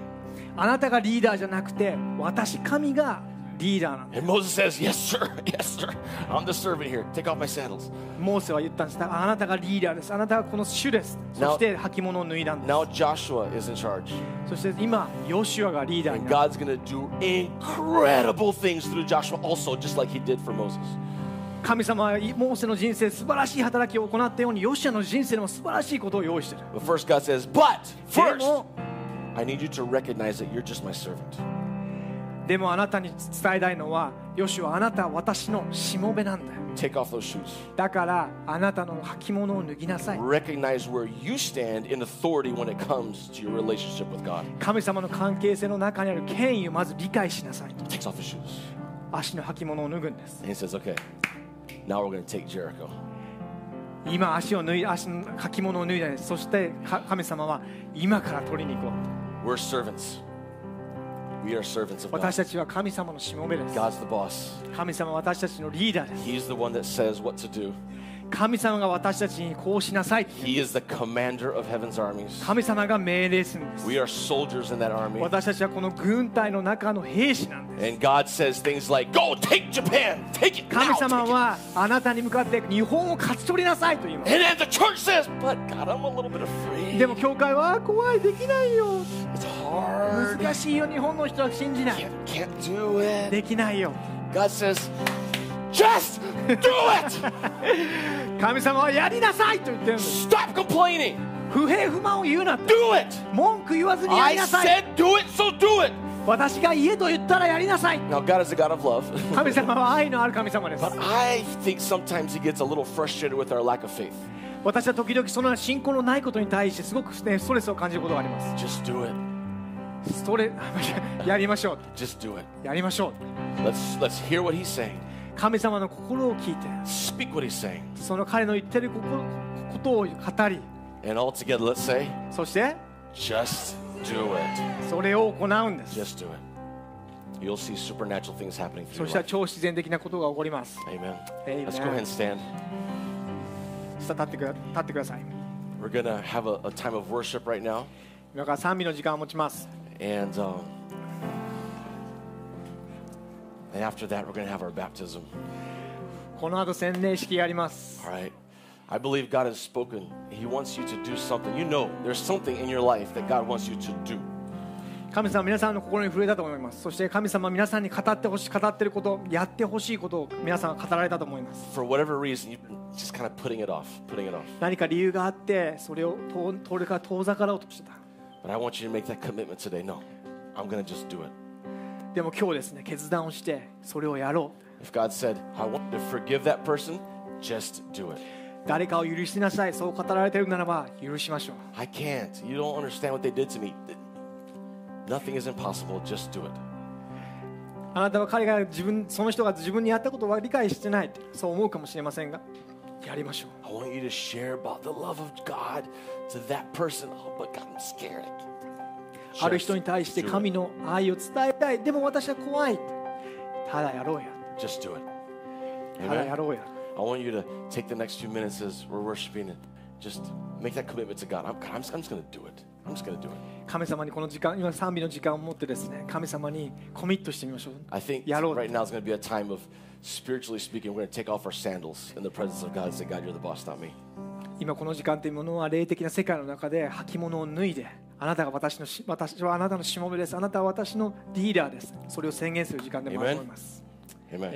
[SPEAKER 2] あなたがリーダーじゃなくて私神がリーダーなんだ
[SPEAKER 1] And Moses says, Yes, sir, yes, sir. I'm the servant here. Take off my sandals.
[SPEAKER 2] モーセは言ったんですあなたがリーダーですあなたがこの主ですそ
[SPEAKER 1] Now-
[SPEAKER 2] して履物を脱いだんです
[SPEAKER 1] Now Joshua is in charge.
[SPEAKER 2] そして今ヨシュアがリーダーに
[SPEAKER 1] And
[SPEAKER 2] なる
[SPEAKER 1] God's going to do incredible things through Joshua, also, just like he did for Moses.
[SPEAKER 2] 神様はモーセの人生素晴らしい働きを行ったようにヨシュアの人生でも素晴らしいことを用意している
[SPEAKER 1] But first, God says, But
[SPEAKER 2] で
[SPEAKER 1] first,
[SPEAKER 2] も
[SPEAKER 1] I need you to recognize that you're just my servant.
[SPEAKER 2] でもあなたに伝えたいのはヨシュアあなたは私のしもべなんだよ
[SPEAKER 1] Take off those shoes.
[SPEAKER 2] だからあなたの履物を脱ぎなさい
[SPEAKER 1] Recognize where you stand in authority when it comes to your relationship with God.
[SPEAKER 2] 神様の関係性の中にある権威をまず理解しなさいと
[SPEAKER 1] Takes off his shoes.
[SPEAKER 2] 足の履物を脱ぐんです
[SPEAKER 1] And he says, Okay, now we're going to take Jericho.
[SPEAKER 2] 今足を脱い足の履物を脱いだんですそしてか神様は今から取りに行こう
[SPEAKER 1] We're servants. We are servants of God.
[SPEAKER 2] 私たちは神様のしもべです
[SPEAKER 1] God's the boss.
[SPEAKER 2] 神様は私たちのリーダーです
[SPEAKER 1] He's the one that says what to do.
[SPEAKER 2] 神様が私たちにこうしなさいって
[SPEAKER 1] He is the commander of heaven's armies.
[SPEAKER 2] 神様が命令するんです
[SPEAKER 1] We are soldiers in that army.
[SPEAKER 2] 私たちはこの軍隊の中の兵士なんです
[SPEAKER 1] And God says things like, Go take Japan, take it.
[SPEAKER 2] 神
[SPEAKER 1] Now,
[SPEAKER 2] 様
[SPEAKER 1] take it."
[SPEAKER 2] はあなたに向かって日本を勝ち取りなさいと言います
[SPEAKER 1] And then the church says, But God, I'm a little bit
[SPEAKER 2] で
[SPEAKER 1] afraid.
[SPEAKER 2] も教会は怖いできないよ
[SPEAKER 1] It's hard.
[SPEAKER 2] 難しいよ日本の人は信じない
[SPEAKER 1] Can't, can't do it.
[SPEAKER 2] できないよ
[SPEAKER 1] God says, Just do it.
[SPEAKER 2] 神様はやりなさいと言ってるんです
[SPEAKER 1] Stop complaining.
[SPEAKER 2] 不平不満を言うなって
[SPEAKER 1] Do it.
[SPEAKER 2] 文句言わずにやり
[SPEAKER 1] I
[SPEAKER 2] なさい
[SPEAKER 1] said, Do it, so do it.
[SPEAKER 2] 私が言えと言ったらやりなさい
[SPEAKER 1] Now, God is the God of love.
[SPEAKER 2] 神様は愛のある神様です
[SPEAKER 1] But I think sometimes He gets a little frustrated with our lack of faith.
[SPEAKER 2] 私は時々その信仰のないことに対してすごく、ね、ストレスを感じることがありま
[SPEAKER 1] Just do it.
[SPEAKER 2] すストレやりましょ
[SPEAKER 1] Just do it.
[SPEAKER 2] うやりましょう
[SPEAKER 1] Let's let's hear what he's saying.
[SPEAKER 2] 神様の心を聞いて
[SPEAKER 1] Speak what he's saying.
[SPEAKER 2] その彼の言ってる心ことを語り
[SPEAKER 1] And all together let's say,
[SPEAKER 2] そして
[SPEAKER 1] just do it.
[SPEAKER 2] それを行うんです
[SPEAKER 1] Just do it. You'll see supernatural things happening
[SPEAKER 2] そ
[SPEAKER 1] through your
[SPEAKER 2] したら
[SPEAKER 1] life.
[SPEAKER 2] 超自然的なことが起こります
[SPEAKER 1] Amen.
[SPEAKER 2] Amen.
[SPEAKER 1] Let's go ahead and stand.
[SPEAKER 2] さあ立ってくだ立ってください
[SPEAKER 1] We're gonna have a, a time of worship right now,
[SPEAKER 2] 今から賛美の時間を持ちます
[SPEAKER 1] and um, and after that we're gonna have our baptism.
[SPEAKER 2] この後洗礼式やります
[SPEAKER 1] All right. I believe God has spoken. He wants you to do something. You know, there's something in your life that God wants you to do.
[SPEAKER 2] 神様皆さんの心に触れたと思いますそして神様皆さんに語ってほしい語ってることやってほしいことを皆さんは語られたと思います
[SPEAKER 1] For whatever reason, you've been just kind of putting it off, putting it off.
[SPEAKER 2] 何か理由があってそれを遠遠か遠ざからうとしてた
[SPEAKER 1] But I want you to make that commitment today. No, I'm going to just do it.
[SPEAKER 2] でも今日ですね決断をしてそれをやろ
[SPEAKER 1] If God said, I want you to forgive that person, just do it.
[SPEAKER 2] う誰かを許しなさいそう語られてるならば許しましょう
[SPEAKER 1] I can't. You don't understand what they did to me. Nothing is impossible. Just do it.
[SPEAKER 2] あなたは彼が自分その人が自分にやったことは理解してないそう思うかもしれませんがやりましょう
[SPEAKER 1] I want you to share about the love of God to that person. Oh, but God, I'm scared. I can't.
[SPEAKER 2] ある人に対して神
[SPEAKER 1] do
[SPEAKER 2] の愛を伝えたいでも私は怖いただやろうや
[SPEAKER 1] it. Just do it.
[SPEAKER 2] ただや
[SPEAKER 1] Amen.
[SPEAKER 2] ろうや
[SPEAKER 1] I want you to take the next few minutes as we're worshiping and just make that commitment to God. I'm, God, I'm, just- I'm just going to do it. I'm just going to do it.
[SPEAKER 2] 神様にこの時間今賛美の時間を持ってですね神様にコミットしてみましょう
[SPEAKER 1] I think
[SPEAKER 2] やろう
[SPEAKER 1] right now is going to be a time of, spiritually speaking, we're going to take off our sandals in the presence of God and say, God, you're the boss, not me.
[SPEAKER 2] 今この時間というものは霊的な世界の中で履物を脱いであなたが私のし私はあなたのしもべですあなたは私のリーダーですそれを宣言する時間でもあると思います
[SPEAKER 1] Amen.